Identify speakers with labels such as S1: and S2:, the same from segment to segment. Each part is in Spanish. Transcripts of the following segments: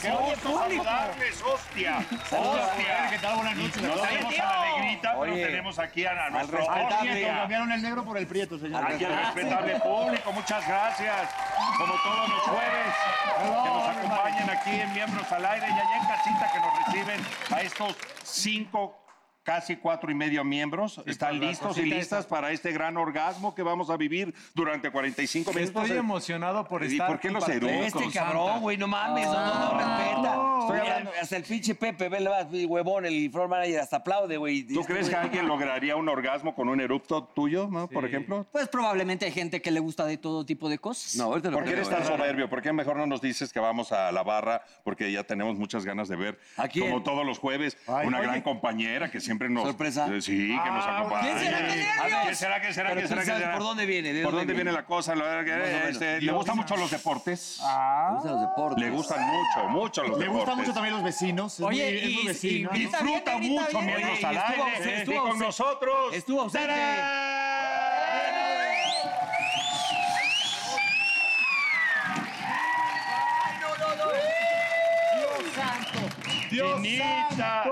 S1: ¡Qué gusto saludarles, hostia! ¡Hostia!
S2: ¿Qué tal? Buenas noches.
S1: No tenemos a la negrita, pero
S3: Oye.
S1: tenemos aquí a, a nuestro
S3: respetable.
S2: Prieto,
S1: hostia.
S2: cambiaron el negro por el prieto, señor.
S1: Aquí al respetable público, muchas gracias. Como todos los jueves, que nos acompañen aquí en Miembros al Aire y allá en casita que nos reciben a estos cinco, casi cuatro y medio miembros. Están listos y listas para este gran orgasmo que vamos a vivir durante 45 minutos.
S4: Estoy emocionado por
S1: ¿Y
S4: estar.
S1: por qué
S4: aquí
S1: los
S4: partiendo
S1: eructos?
S4: con
S3: Este
S4: Santa.
S3: cabrón, güey, no mames, no, no, no respeta.
S1: Estoy
S3: Mira,
S1: hablando-
S3: Hasta el pinche Pepe, ve, le vas, huevón, el floor manager, hasta aplaude, Este, güey.
S1: ¿Tú crees que alguien lograría un orgasmo con un erupto tuyo, no? por ejemplo?
S5: Pues probablemente hay gente que le gusta de todo tipo de cosas.
S3: No, ahorita lo
S1: ¿Por qué eres tan soberbio? ¿Por qué mejor no nos dices que vamos a la barra? Porque ya tenemos muchas ganas de ver,
S3: ¿A quién?
S1: como todos los jueves, una gran compañera que siempre nos...
S3: ¿Sorpresa? Ah,
S1: Eh, Sí, que nos acompaña.
S3: ¿quién será? ¡Qué
S1: A ver, ¿Quién será? ¿Quién será?
S3: Pero
S1: ¿Quién
S3: tú
S1: será? ¿Quién
S3: sabes
S1: será?
S3: por dónde viene, de
S1: ¿Por
S3: dónde
S1: dónde viene la cosa? La-
S3: menos. Ah.
S1: este, ¿Le gustan mucho los deportes?
S3: Me gustan los deportes.
S1: Le gustan mucho, mucho los deportes.
S2: Le gustan mucho también los vecinos. es
S4: Oye,
S2: muy- es
S4: y-
S2: muy
S4: y-
S2: vecino.
S4: y-
S1: Disfruta
S4: Grita bien, grita
S1: mucho
S4: bien.
S1: miembros
S3: Oye,
S1: al
S3: estuvo
S1: aire.
S3: ausente,
S1: Y
S3: estuvo
S1: con
S3: ausente.
S1: nosotros...
S3: Estuvo ausente.
S1: ¡Tarán! Chinita.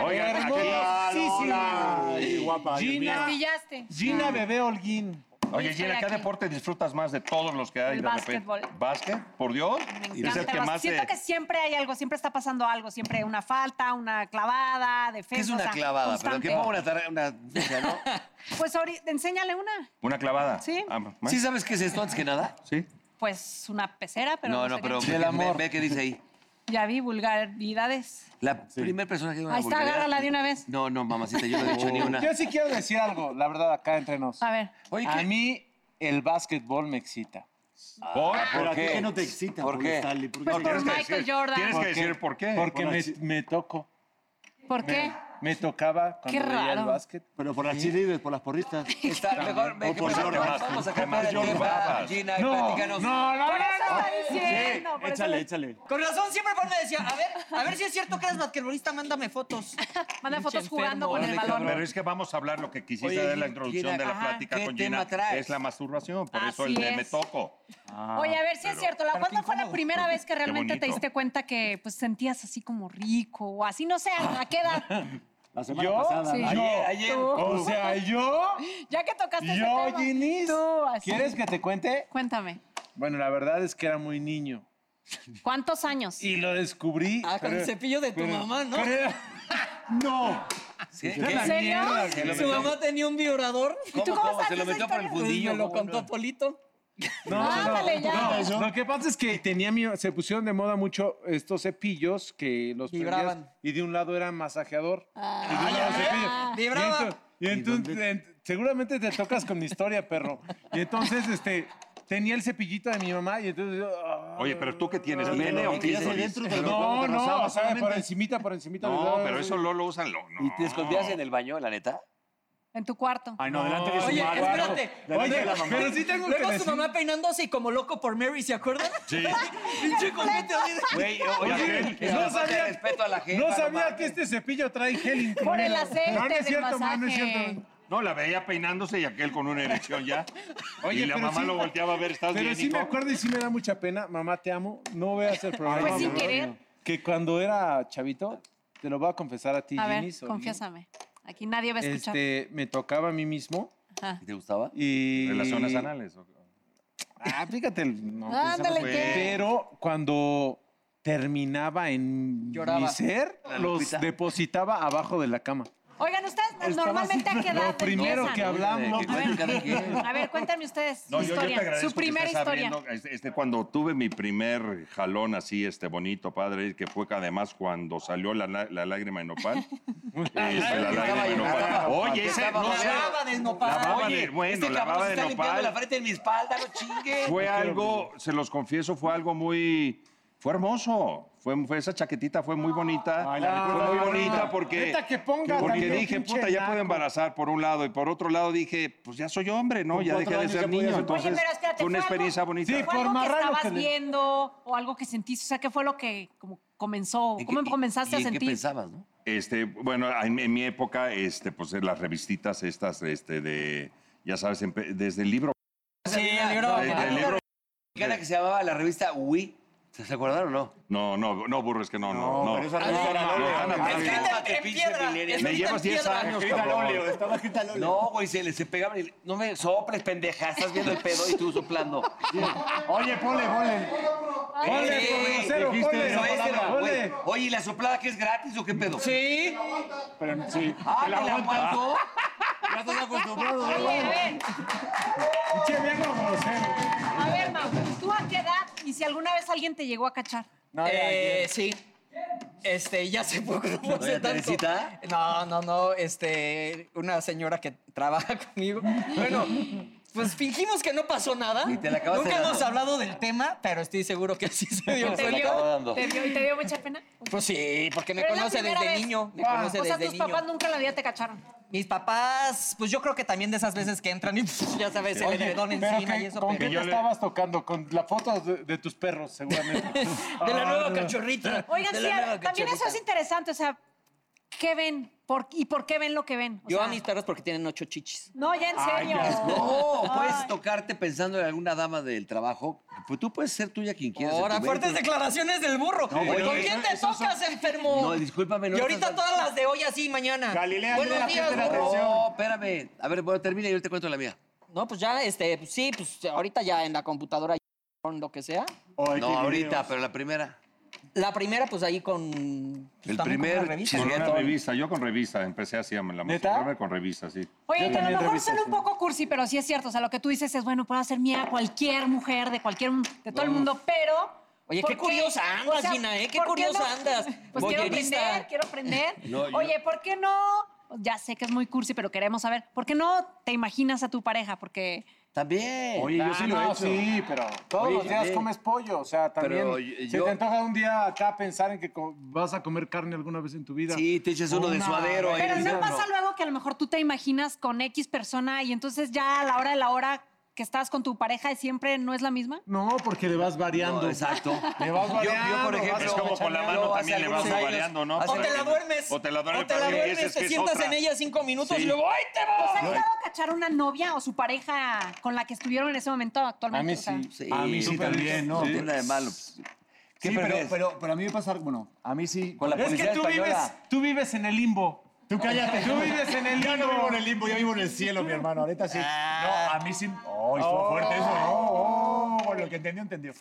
S1: Oigan, aquí
S4: Hermosísima.
S2: Ay, guapa. Dios mío.
S4: Gina,
S6: Castillaste.
S4: Gina Bebé Holguín.
S1: Oye,
S6: Estoy
S1: Gina, ¿qué
S6: aquí.
S1: deporte disfrutas más de todos los que hay?
S6: El
S1: de repente?
S6: básquetbol.
S1: ¿Básquet? ¿Por Dios?
S6: Me
S1: pues
S6: encanta
S1: es el
S6: el
S1: que
S6: básquet.
S1: más
S6: Siento
S1: te...
S6: que siempre hay algo, siempre está pasando algo, siempre hay una falta, una clavada, defensa.
S3: ¿Qué es
S6: o
S3: una
S6: sea,
S3: clavada? Pero
S6: constante.
S3: que ponga una tarra- una ficha, ¿no?
S6: Pues ahorita, enséñale una.
S1: ¿Una clavada?
S6: Sí.
S1: Ah, ¿más?
S3: ¿Sí sabes qué es esto antes que nada?
S1: ¿Sí?
S6: Pues una pecera, pero.
S3: No,
S6: sé
S3: no,
S6: qué.
S3: pero
S4: Del
S3: ve-
S4: amor.
S3: ve qué dice ahí.
S6: Ya vi vulgaridades.
S3: La primera persona que diga una
S6: Ahí está,
S3: vulgaridad-
S6: agárrala de una vez.
S3: No, no, mamacita, yo no he dicho ni una.
S4: Yo sí quiero decir algo, la verdad, acá entre nos.
S6: A ver.
S3: Oye,
S4: A
S3: ¿qué?
S4: mí el básquetbol me excita.
S1: ¿Por?
S2: Pero a ti
S3: qué?
S2: que no te excita,
S3: ¿Por
S2: Paul
S3: qué?
S2: Stanley, ¿por qué
S6: Pues
S2: no te-
S6: por
S1: que
S6: Michael
S1: decir-
S6: Jordan.
S1: Tienes
S6: ¿Por
S1: que decir por qué.
S4: Porque
S2: Por
S4: me,
S2: así-
S4: me toco.
S6: ¿Por qué?
S4: Me tocaba cuando
S6: Qué
S4: veía el
S6: raro.
S4: básquet.
S2: Pero por las cheerleaders, por las porristas.
S3: Está, mejor, ve,
S2: O
S3: que
S2: por
S3: mejor
S2: Jordan.
S3: vamos a
S1: Por
S3: cambiar el
S1: Jordan.
S3: tema,
S1: Babas.
S3: Gina, y platícanos.
S4: no, no,
S6: Por eso está
S2: Sí,
S6: diciendo. por eso
S2: échale,
S6: le-
S2: échale.
S7: Con razón siempre Juan me decía, a ver, a ver si es cierto que eres basquetbolista, mándame fotos.
S6: Manda fotos jugando con el
S3: Órale,
S6: balón.
S1: Pero es que vamos a hablar lo que quisiste
S3: Oye,
S1: de la
S3: Gina,
S1: introducción de la
S3: ajá,
S1: plática
S3: ¿qué
S1: con
S3: tema
S1: Gina.
S3: traes?
S1: Es la masturbación, por eso el
S6: Así
S1: de me
S6: es.
S1: toco.
S6: Oye, a ver si es cierto. ¿la- ¿Cuándo fue la primera vez que realmente
S1: bonito.
S6: te diste cuenta que pues, sentías así como rico o así? No sé, ¿a qué edad?
S2: La semana
S4: ¿Yo?
S2: pasada.
S6: Sí.
S2: ¿no?
S3: Ayer, ayer.
S8: Oh,
S4: O sea, yo,
S6: Ya que tocaste ese
S4: yo,
S6: tema.
S4: Ginis.
S6: Tú, así.
S4: ¿Quieres que te cuente?
S6: Cuéntame,
S4: Bueno, la verdad es que era muy niño.
S6: ¿cuántos años?
S4: Y lo descubrí.
S7: Ah, con
S4: pero-
S7: el cepillo de tu
S4: pero-
S7: mamá, ¿no?
S4: pero era-
S2: No.
S3: ¿Qué?
S4: era una
S6: ¿En serio?
S4: mierda, güey.
S7: Su mamá tenía un vibrador.
S3: ¿Cómo,
S6: tú cómo
S3: cómo?
S6: sabes
S3: Se lo
S6: esa
S3: metió por el
S6: historia?
S7: Y
S3: fundillo.
S7: me lo
S3: ¿cómo no?
S7: contó Polito.
S4: No,
S6: Ándale, ya.
S4: no. Lo que pasa es que tenía miedo, se pusieron de moda mucho estos cepillos que los prendías
S7: Vibraban.
S4: y de un lado era masajeador y de un lado
S7: Ah,
S4: cepillo.
S7: vibraba.
S4: Y entonces, y entonces, en- seguramente te tocas con mi historia, perro. Y entonces, este, tenía el cepillito de mi mamá y entonces yo, ah.
S1: Oye, pero tú qué tienes,
S2: Pero
S1: pene
S2: lo
S1: o
S2: metías
S1: clítoris?
S2: adentro del
S4: no,
S2: cuerpo,
S4: no, o sea,
S2: solamente.
S4: por encimita, por encimita.
S1: No,
S4: ¿verdad?
S1: pero eso no lo usan. lo- no.
S3: ¿Y te escondías en el baño, la neta?
S6: En tu cuarto.
S2: Ay, no, delante de su
S7: Oye,
S2: madre.
S7: espérate.
S2: Delante
S4: Oye,
S2: de la mamá.
S4: pero sí tengo que
S7: Luego su
S4: decir-
S7: mamá peinándose y como loco por Mary, ¿se acuerdan?
S1: Sí.
S7: Pinche copete, oye.
S3: Güey,
S1: oye,
S3: oye,
S4: no sabía-
S3: no sabía. respeto a la gente.
S4: No sabía que este cepillo trae gel incluido.
S6: Por el aceite
S4: No, no
S6: del
S4: es cierto, ma, no es
S6: masaje.
S4: cierto.
S1: No, la veía peinándose y aquel con una erección ya.
S4: Oye,
S1: y la
S4: pero
S1: mamá
S4: sí-
S1: lo volteaba a ver, ¿estás
S4: Pero
S1: bien,
S4: sí me
S1: hijo?
S4: acuerdo y sí me da mucha pena. Mamá, te amo. No veas el programa.
S6: Fue Pues sin
S4: mamá.
S6: querer.
S4: Que cuando era chavito, te lo voy a confesar a ti,
S6: A ver,
S4: Ginny, Solín,
S6: confiésame. Aquí nadie va a escuchar.
S4: Este, me tocaba a mí mismo
S6: Ajá.
S3: ¿Y ¿Te gustaba?
S4: y...
S1: Relaciones anales. o-
S4: Ah, fíjate. el- no,
S6: Ándale,
S4: pensaba-
S6: ¿qué?
S4: Pero cuando terminaba en
S7: Lloraba.
S4: mi ser,
S3: La
S4: los
S3: Lupita.
S4: depositaba abajo de la cama.
S6: Oigan, ¿ustedes normalmente a qué edad
S4: Lo primero
S6: empiezan?
S4: que hablamos...
S3: A ver, cada quien.
S6: A ver, cuéntame ustedes
S1: No,
S6: su
S1: yo, yo te
S6: historia,
S1: agradezco
S6: su primera
S1: que estés
S6: historia.
S1: abriendo, este, este, cuando tuve mi primer jalón así, este bonito padre, que fue que además cuando salió la, la- la lágrima de nopal. este, la lágrima de nopal. Oye, ese
S3: estaba
S1: no
S7: La
S1: sé.
S3: babeando.
S7: baba de
S1: La
S7: nopal.
S1: baba
S3: Oye,
S1: de, bueno,
S3: este
S1: la
S3: cabrón
S1: baba
S3: se
S1: de
S3: está limpiando
S1: nopal.
S3: la frente en mi espalda, no chingue.
S1: Fue algo, se los confieso, fue algo muy. Fue hermoso. Fue, fue esa chaquetita fue muy bonita.
S2: Ay, la
S1: fue
S2: recuerdo
S1: muy
S2: bien
S1: bonita
S2: bonita.
S1: porque.
S4: Neta, que ponga
S1: porque
S4: también,
S1: dije,
S4: pinche
S1: puta, ya puedo
S4: naco.
S1: embarazar por un lado. Y por otro lado dije, pues ya soy hombre, ¿no?
S2: Con
S1: Ya dejé
S2: cuatro
S1: de
S2: años
S1: ser
S2: ya podía
S1: niño.
S2: ser-
S1: Entonces,
S6: Oye, pero espérate,
S1: fue
S6: fue
S1: una
S6: algo-
S1: experiencia bonita.
S4: Sí,
S6: ¿Fue
S4: por
S6: algo que
S4: marrano
S6: estabas
S4: que le-
S6: viendo o algo que sentiste? O sea, ¿qué fue lo que como comenzó?
S3: ¿En
S6: ¿Cómo
S3: qué-
S6: comenzaste
S3: y
S6: a
S3: en ¿Qué
S6: sentir?
S3: pensabas, no?
S1: Este, bueno, en, en mi época, este, pues las revistitas estas, este, de, ya sabes, empe- desde el libro,
S7: Sí, el libro.
S1: de- del libro
S3: mexicana que se llamaba la revista Wii. ¿Se acuerdan o no?
S9: No, no, no, burro, es que no, no, no.
S2: pero esa revista era
S9: no,
S2: lóleo.
S9: no,
S3: Ah,
S9: no, no.
S7: Escrita en- en
S3: pinche
S7: piedra.
S3: millennial.
S7: escrita
S9: Me llevas
S7: en
S9: 10
S7: piedra.
S9: años,
S2: Escrita
S9: cabrón.
S2: lóleo, estaba escrita lóleo.
S3: No, güey, se, le- se pegaban y no me soples, pendeja, estás viendo el pedo y tú soplando.
S2: Oye, ponle, ponle.
S4: ¡Ole,
S3: Sí,
S4: porrocero,
S2: dijiste
S4: ole,
S2: esa
S3: Pero ese era,
S4: ole.
S3: güey. Oye, ¿y la soplada que es gratis o qué pedo?
S7: Sí.
S2: Pero sí.
S3: Ah,
S2: te
S3: ¿te la aguanto?
S2: Ya estás acostumbrado.
S6: Oye,
S2: ¿verdad?
S6: a ver,
S4: Pinche viejo grosero.
S6: a ver, Mau, ¿tú a qué edad y si alguna vez alguien te llegó a cachar?
S4: No, ya,
S7: Eh, sí. Este, ya se poco, no fue hace
S3: Doña
S7: tanto.
S3: Teresita.
S7: No, no, no, este, una señora que trabaja conmigo. Bueno, pues fingimos que no pasó nada.
S3: Y te la acabaste
S7: Nunca
S3: dando.
S7: hemos hablado del tema, pero estoy seguro que así se dio
S6: ¿Te
S7: cuenta.
S6: dio,
S3: dando.
S6: te dio- y te dio mucha pena?
S7: Pues sí, porque me
S6: Pero es la
S7: conoce
S6: primera
S7: desde
S6: vez.
S7: niño, me
S6: Ah.
S7: conoce
S6: o sea,
S7: desde
S6: tus
S7: niño.
S6: papás nunca en la vida te cacharon.
S7: Mis papás, pues yo creo que también de esas veces que entran y ya sabes, el edredón
S4: Pero
S7: encima
S4: que-
S7: y eso.
S4: ¿Con
S7: pero-
S4: qué te
S9: yo le-
S4: estabas tocando? Con la foto de, de tus perros, seguramente. Ah.
S7: De la nueva
S4: no.
S7: cachorrita.
S6: Oigan,
S7: de
S6: sí,
S7: la nueva
S6: también eso
S7: cachorrita.
S6: es interesante, o sea, ¿qué ven? ¿Por- ¿Y por qué ven lo que ven? O
S7: Yo
S6: sea,
S7: a mis perros porque tienen ocho chichis.
S6: No, ya en serio.
S3: No, Oh, puedes
S6: Ay.
S3: tocarte pensando en alguna dama del trabajo. Pues tú puedes ser tuya quien quieras. de
S7: Ahora,
S3: tu
S7: fuertes
S3: mente.
S7: declaraciones del burro. ¿Con
S3: bueno,
S7: quién te tocas, enfermo?
S3: No, discúlpame. No
S7: y ahorita
S3: estás-
S7: todas las de hoy así mañana.
S2: Galilea, mira,
S7: Buenos días,
S2: préstale
S7: burro.
S2: atención.
S3: No, espérame. A ver, bueno, termina y yo te cuento la mía.
S1: No, pues ya, este, pues sí, pues ahorita ya en la computadora, con lo que sea.
S2: O
S3: No, ahorita,
S2: equilibrios.
S3: pero la primera.
S1: La primera, pues ahí con. pues, también
S3: El
S1: con
S3: primer
S1: una revista.
S9: Con una
S3: chisguetón.
S9: revista, yo con revista, empecé así en la música.
S4: ¿Neta?
S9: primero Con revista, sí.
S6: Oye, que a lo
S4: también
S6: mejor
S4: reviso
S6: suena un
S4: eso.
S6: poco cursi, pero sí es cierto. O sea, lo que tú dices es, bueno, puedo ser mía cualquier mujer de cualquier, de todo el mundo, pero...
S1: Oye,
S6: ¿por
S1: qué curiosa andas, Gina, ¿eh? Qué
S6: ¿por
S1: curiosa andas,
S6: Pues quiero
S1: voyerista.
S6: aprender, quiero aprender.
S3: No, yo-
S6: Oye, ¿por qué no? Ya sé que es muy cursi, pero queremos saber, ¿por qué no te imaginas a tu pareja? Porque...
S3: También.
S2: Oye, yo sí
S4: Ah,
S2: lo he
S4: no,
S2: hecho.
S4: sí, pero todos
S3: Oye,
S4: los días
S3: también.
S4: comes pollo. O sea, también.
S3: Pero
S4: si
S3: yo-
S4: te antoja un día acá pensar en que co- vas a comer carne alguna vez en tu vida.
S3: Sí, te echas uno de
S4: Una-
S3: suadero ahí.
S6: Pero
S3: en el
S6: no
S3: centro.
S6: pasa luego que a lo mejor tú te imaginas con X persona y entonces ya a la hora de la hora que estás con tu pareja siempre no es la misma.
S4: No, porque le vas variando.
S3: No, exacto.
S4: Le vas
S3: Yo, yo,
S4: variando,
S3: por
S4: vas
S3: ejemplo,
S9: Es como con la
S3: yo
S9: mano
S3: hace
S9: también le
S3: algunos
S9: vamos
S3: años-
S9: variando, ¿no?
S3: hace-
S7: O te la duermes.
S9: O te la duermes,
S7: O te
S9: pero
S7: la
S9: que
S7: duermes,
S9: pienses que
S7: te
S9: es
S7: sientas
S9: otra.
S7: en ella cinco minutos
S9: Sí.
S7: y luego ¡ay, te
S6: ¿Te ha
S7: vas!
S6: tocado cachar una novia o su pareja con la que estuvieron en ese momento actualmente?
S4: A
S6: O sea,
S4: mí sí.
S3: Sí,
S2: A mí sí
S3: súper
S2: también,
S3: bien,
S2: ¿no?
S3: No tiene nada de malo. ¿Qué
S2: Sí, pero,
S3: prefieres?
S2: pero, pero a mí me pasa, bueno, a mí sí.
S3: Con la
S4: Es
S3: policía
S4: que tú
S3: española.
S4: vives, tú vives en el limbo.
S2: Tú cállate.
S4: Tú vives en el
S2: Yo no
S4: limbo.
S2: vivo en el limbo, yo vivo en el cielo, mi hermano. Ahorita sí. No, a mí sí. Oh, estuvo
S4: Oh.
S2: fuerte eso. Oh, oh, lo que entendió, entendió.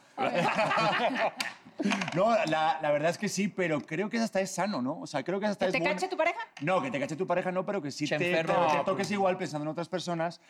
S2: no, la, la verdad es que sí, pero creo que hasta es sano, ¿no? O sea, creo que hasta
S6: ¿Que
S2: es
S6: te
S2: bueno.
S6: cache tu pareja?
S2: No, que te cache tu pareja no, pero que sí te,
S7: Se
S2: te,
S7: enferma.
S2: te
S4: pues.
S2: toques igual pensando en otras personas.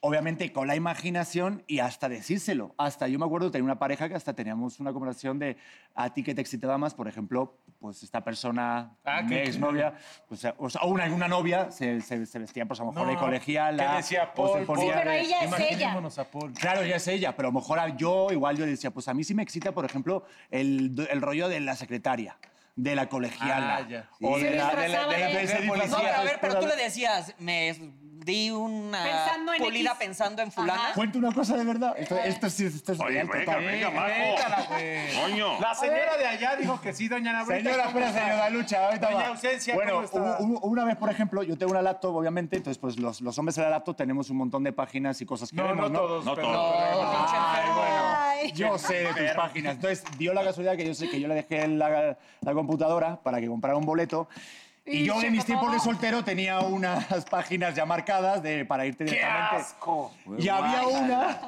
S2: Obviamente con la imaginación y hasta decírselo. Hasta yo me acuerdo de tener una pareja que hasta teníamos una conversación de a ti que te excitaba más, por ejemplo, pues esta persona,
S4: Ah,
S2: mi
S4: que-
S2: exnovia, pues, o sea, o una, una novia, se, se- se vestía pues a lo mejor de
S4: No,
S2: colegiala.
S4: ¿qué decía
S2: o se
S4: Paul?
S2: ponía
S6: Sí, pero
S2: de-
S6: ella es ella.
S4: Imaginémonos a Paul.
S2: Claro, ya es ella, pero a lo mejor a- yo igual yo decía, pues a mí sí me excita, por ejemplo, el, do- el rollo de la secretaria, de la colegiala.
S4: Ah, ya.
S2: O
S6: Sí.
S2: de
S6: Se
S2: la, de la, de la-
S6: disfrazaba de
S2: se disfrazaba.
S7: No, pero a ver, pero tú le
S2: Espérame.
S7: decías, me di una
S6: Pensando en
S7: pulida
S6: X.
S7: pensando en fulana.
S6: Ajá.
S2: Cuento una cosa de verdad. Esto, esto sí esto es
S9: Oye,
S2: real
S9: venga,
S2: total.
S9: venga,
S4: Véntala,
S9: majo.
S4: Eh, güey.
S9: Coño.
S4: La señora de allá dijo que sí, doña Ana Brita.
S2: Señora, espera, señora Lucha, ahorita
S4: Doña
S2: va.
S4: Ausencia,
S2: bueno,
S4: ¿cómo está?
S2: hubo- hubo- una vez, por ejemplo, yo tengo una laptop, obviamente, entonces pues los, los hombres en la laptop tenemos un montón de páginas y cosas que
S4: No,
S2: vemos,
S4: no
S8: pues,
S4: todos.
S9: No
S4: pero-
S7: Oh,
S9: todos.
S2: Ah,
S6: Ay.
S2: Yo sé de tus páginas. Entonces, dio la casualidad que yo sé que yo le dejé la, la computadora para que comprara un boleto. Y
S6: Y
S2: yo
S6: se
S2: de mis
S6: acabó.
S2: tiempos de soltero tenía unas páginas ya marcadas de, para irte directamente.
S4: asco!
S2: Y había una,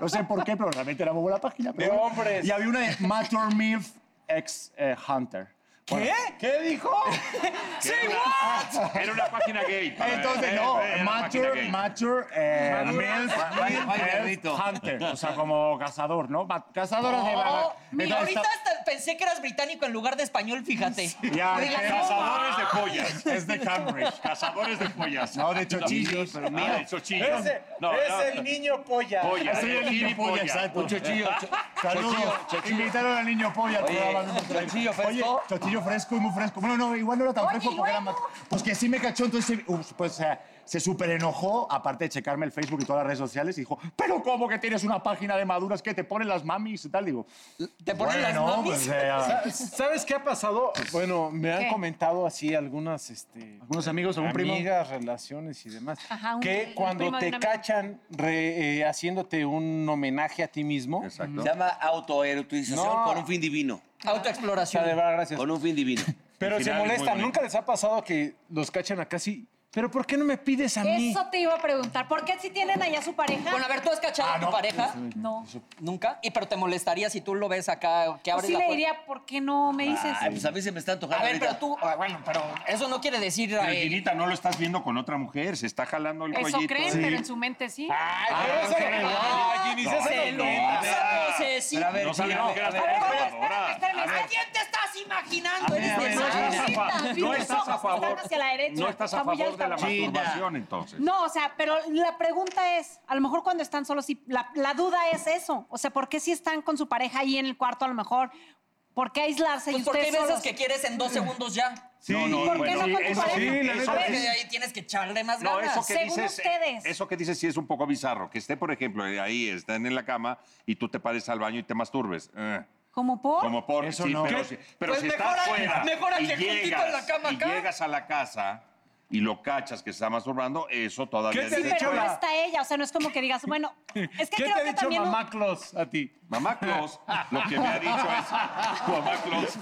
S2: no sé por qué, pero realmente era muy buena página. pero
S4: De
S2: bueno.
S4: hombres.
S2: Y había una de Matter Milf ex eh, Hunter.
S4: ¿Qué? ¿Qué dijo?
S9: Era una página gay. para-
S2: Entonces,
S1: Eh,
S9: era-
S2: no,
S9: era una página
S2: Mature,
S9: gay.
S2: Mature, eh, Milf,
S3: Vaya, vaya
S2: Milf
S3: perrito.
S2: Hunter. O sea, como cazador, ¿no? Ma- Cazadora de barra.
S7: Oh, mira,
S2: Entonces,
S7: ahorita hasta pensé que eras británico en lugar de español, fíjate.
S2: Ya,
S7: Oiga,
S2: qué
S7: no,
S9: Cazadores de pollas.
S2: Es de Cambridge.
S9: Cazadores de pollas.
S2: No, de chochillos.
S9: Pero mira, el chochillo.
S4: Ese-
S9: No,
S4: es
S9: no.
S4: el niño polla.
S9: Polla.
S2: Soy el niño polla, exacto.
S3: Un chochillo. cho-
S2: Saludos.
S3: chochillo, chochillo.
S2: Invitaron al niño polla. al
S3: Oye,
S2: programa.
S3: chochillo
S2: Oye,
S3: fresco.
S2: chochillo pelo fresco y muy fresco. Bueno, no, igual no era tan
S6: Oye,
S2: fresco
S6: ¿y
S2: porque era más.
S6: luego?
S2: Pues que sí me cachó, entonces se- ups, pues, o sea, se súper enojó, aparte de checarme el Facebook y todas las redes sociales, y dijo, ¿pero cómo que tienes una página de maduras que te ponen las mamis y tal? Digo,
S9: ¿Te ponen las
S2: "Bueno,
S9: mamis?
S2: pues, eh,
S4: ¿Sabes qué ha pasado? Pues, Bueno, me han
S6: ¿Qué?
S4: comentado así algunas este,
S2: algunos amigos, algún primo.
S4: amigas, relaciones y demás.
S6: Ajá, un-
S4: que
S6: el
S4: cuando
S6: primo de
S4: te
S6: una amiga.
S4: cachan re- eh, haciéndote un homenaje a ti mismo,
S3: Se llama autoerotización
S4: No.
S3: con un fin divino.
S4: está de
S10: Autoexploración.
S4: verdad, gracias.
S3: Con un fin divino.
S4: Pero
S1: El
S4: se
S1: final es muy
S4: molestan.
S1: bonito.
S4: Nunca les ha pasado que los cachan acá así. ¿Pero por qué no me pides a mí?
S6: Eso te iba a preguntar. ¿Por qué si tienen allá su pareja?
S7: Bueno, a ver, ¿tú has cachado a tu pareja?
S6: no.
S7: Nunca. Y pero te molestaría si tú lo ves acá, que
S6: Pues
S7: abres
S6: sí
S7: la Ah,
S6: le
S7: puerta.
S6: diría, ¿por qué no me dices?
S3: Ay, pues a mí se me está antojando
S7: A ver, pero
S3: ahorita.
S7: tú, ah, bueno, pero eso no quiere decir.
S1: Pero,
S7: eh,
S1: Ginita, no lo estás viendo con otra mujer, se está jalando el
S6: Eso
S1: cuellito.
S6: creen, pero en su mente sí.
S7: Ah.
S4: Ay, pero eso- Ay, Ginny, se hace
S7: celosa,
S4: loca.
S7: posesiva.
S3: Pero a ver,
S1: No
S3: sí,
S1: sabíamos
S3: a
S1: que
S3: ver,
S1: eras
S3: a ver,
S1: tan
S3: a ver.
S1: conservadora.
S6: espérame, espérame.
S7: ¿A quién te estás imaginando? este
S1: A
S7: Eres
S1: ver,
S7: de
S1: no
S7: esas.
S1: estás a fa-
S6: Rosita,
S1: no estás
S6: Rosita,
S1: a favor,
S6: están hacia la derecha,
S1: no estás a
S6: está muy
S1: favor
S6: alta
S1: de la
S6: la mano.
S1: masturbación, entonces.
S6: No, o sea, pero la pregunta es, a lo mejor cuando están solos, sí, la, la duda es eso. O sea, ¿por qué si están con su pareja ahí en el cuarto, a lo mejor? ¿Por qué aislarse
S7: Pues
S6: y
S7: porque hay
S6: ustedes
S7: veces
S6: solos?
S7: que quieres en dos segundos ya.
S1: Sí, no, no,
S6: ¿Por qué
S1: bueno,
S6: no
S1: sí,
S6: con tu
S1: eso sí,
S6: pareja? eh,
S1: la
S7: Eso
S1: neta
S7: que
S1: sí.
S7: ahí tienes que echarle más
S1: No,
S7: ganas.
S1: eso que
S6: Según
S1: dices, eh,
S6: ustedes.
S1: eso que dices sí es un poco bizarro, que esté, por ejemplo, eh, ahí están en la cama y tú te pares al baño y te masturbes. Eh,
S6: ¿Como por?
S1: Como por
S2: Eso
S1: sí,
S2: no.
S1: pero,
S2: ¿Qué?
S1: si- pero
S7: Pues
S1: si
S7: mejor
S1: estás
S7: a-
S1: fuera
S7: mejor a
S1: y
S7: que juntito en la
S1: llegas,
S7: cama
S1: y
S7: acá.
S1: llegas a la casa y lo cachas que se está masturbando, eso todavía
S4: ¿Qué
S1: es
S4: te
S6: Sí,
S1: diferente.
S4: dicho
S6: pero no
S4: pues, la-
S6: está ella. O sea, no es como que digas, bueno, es que
S4: ¿Qué
S6: creo
S4: te
S6: que
S4: ha dicho
S6: también...
S4: mamá Claus a ti?
S1: Mamá Claus, lo que me ha dicho es, mamá Claus,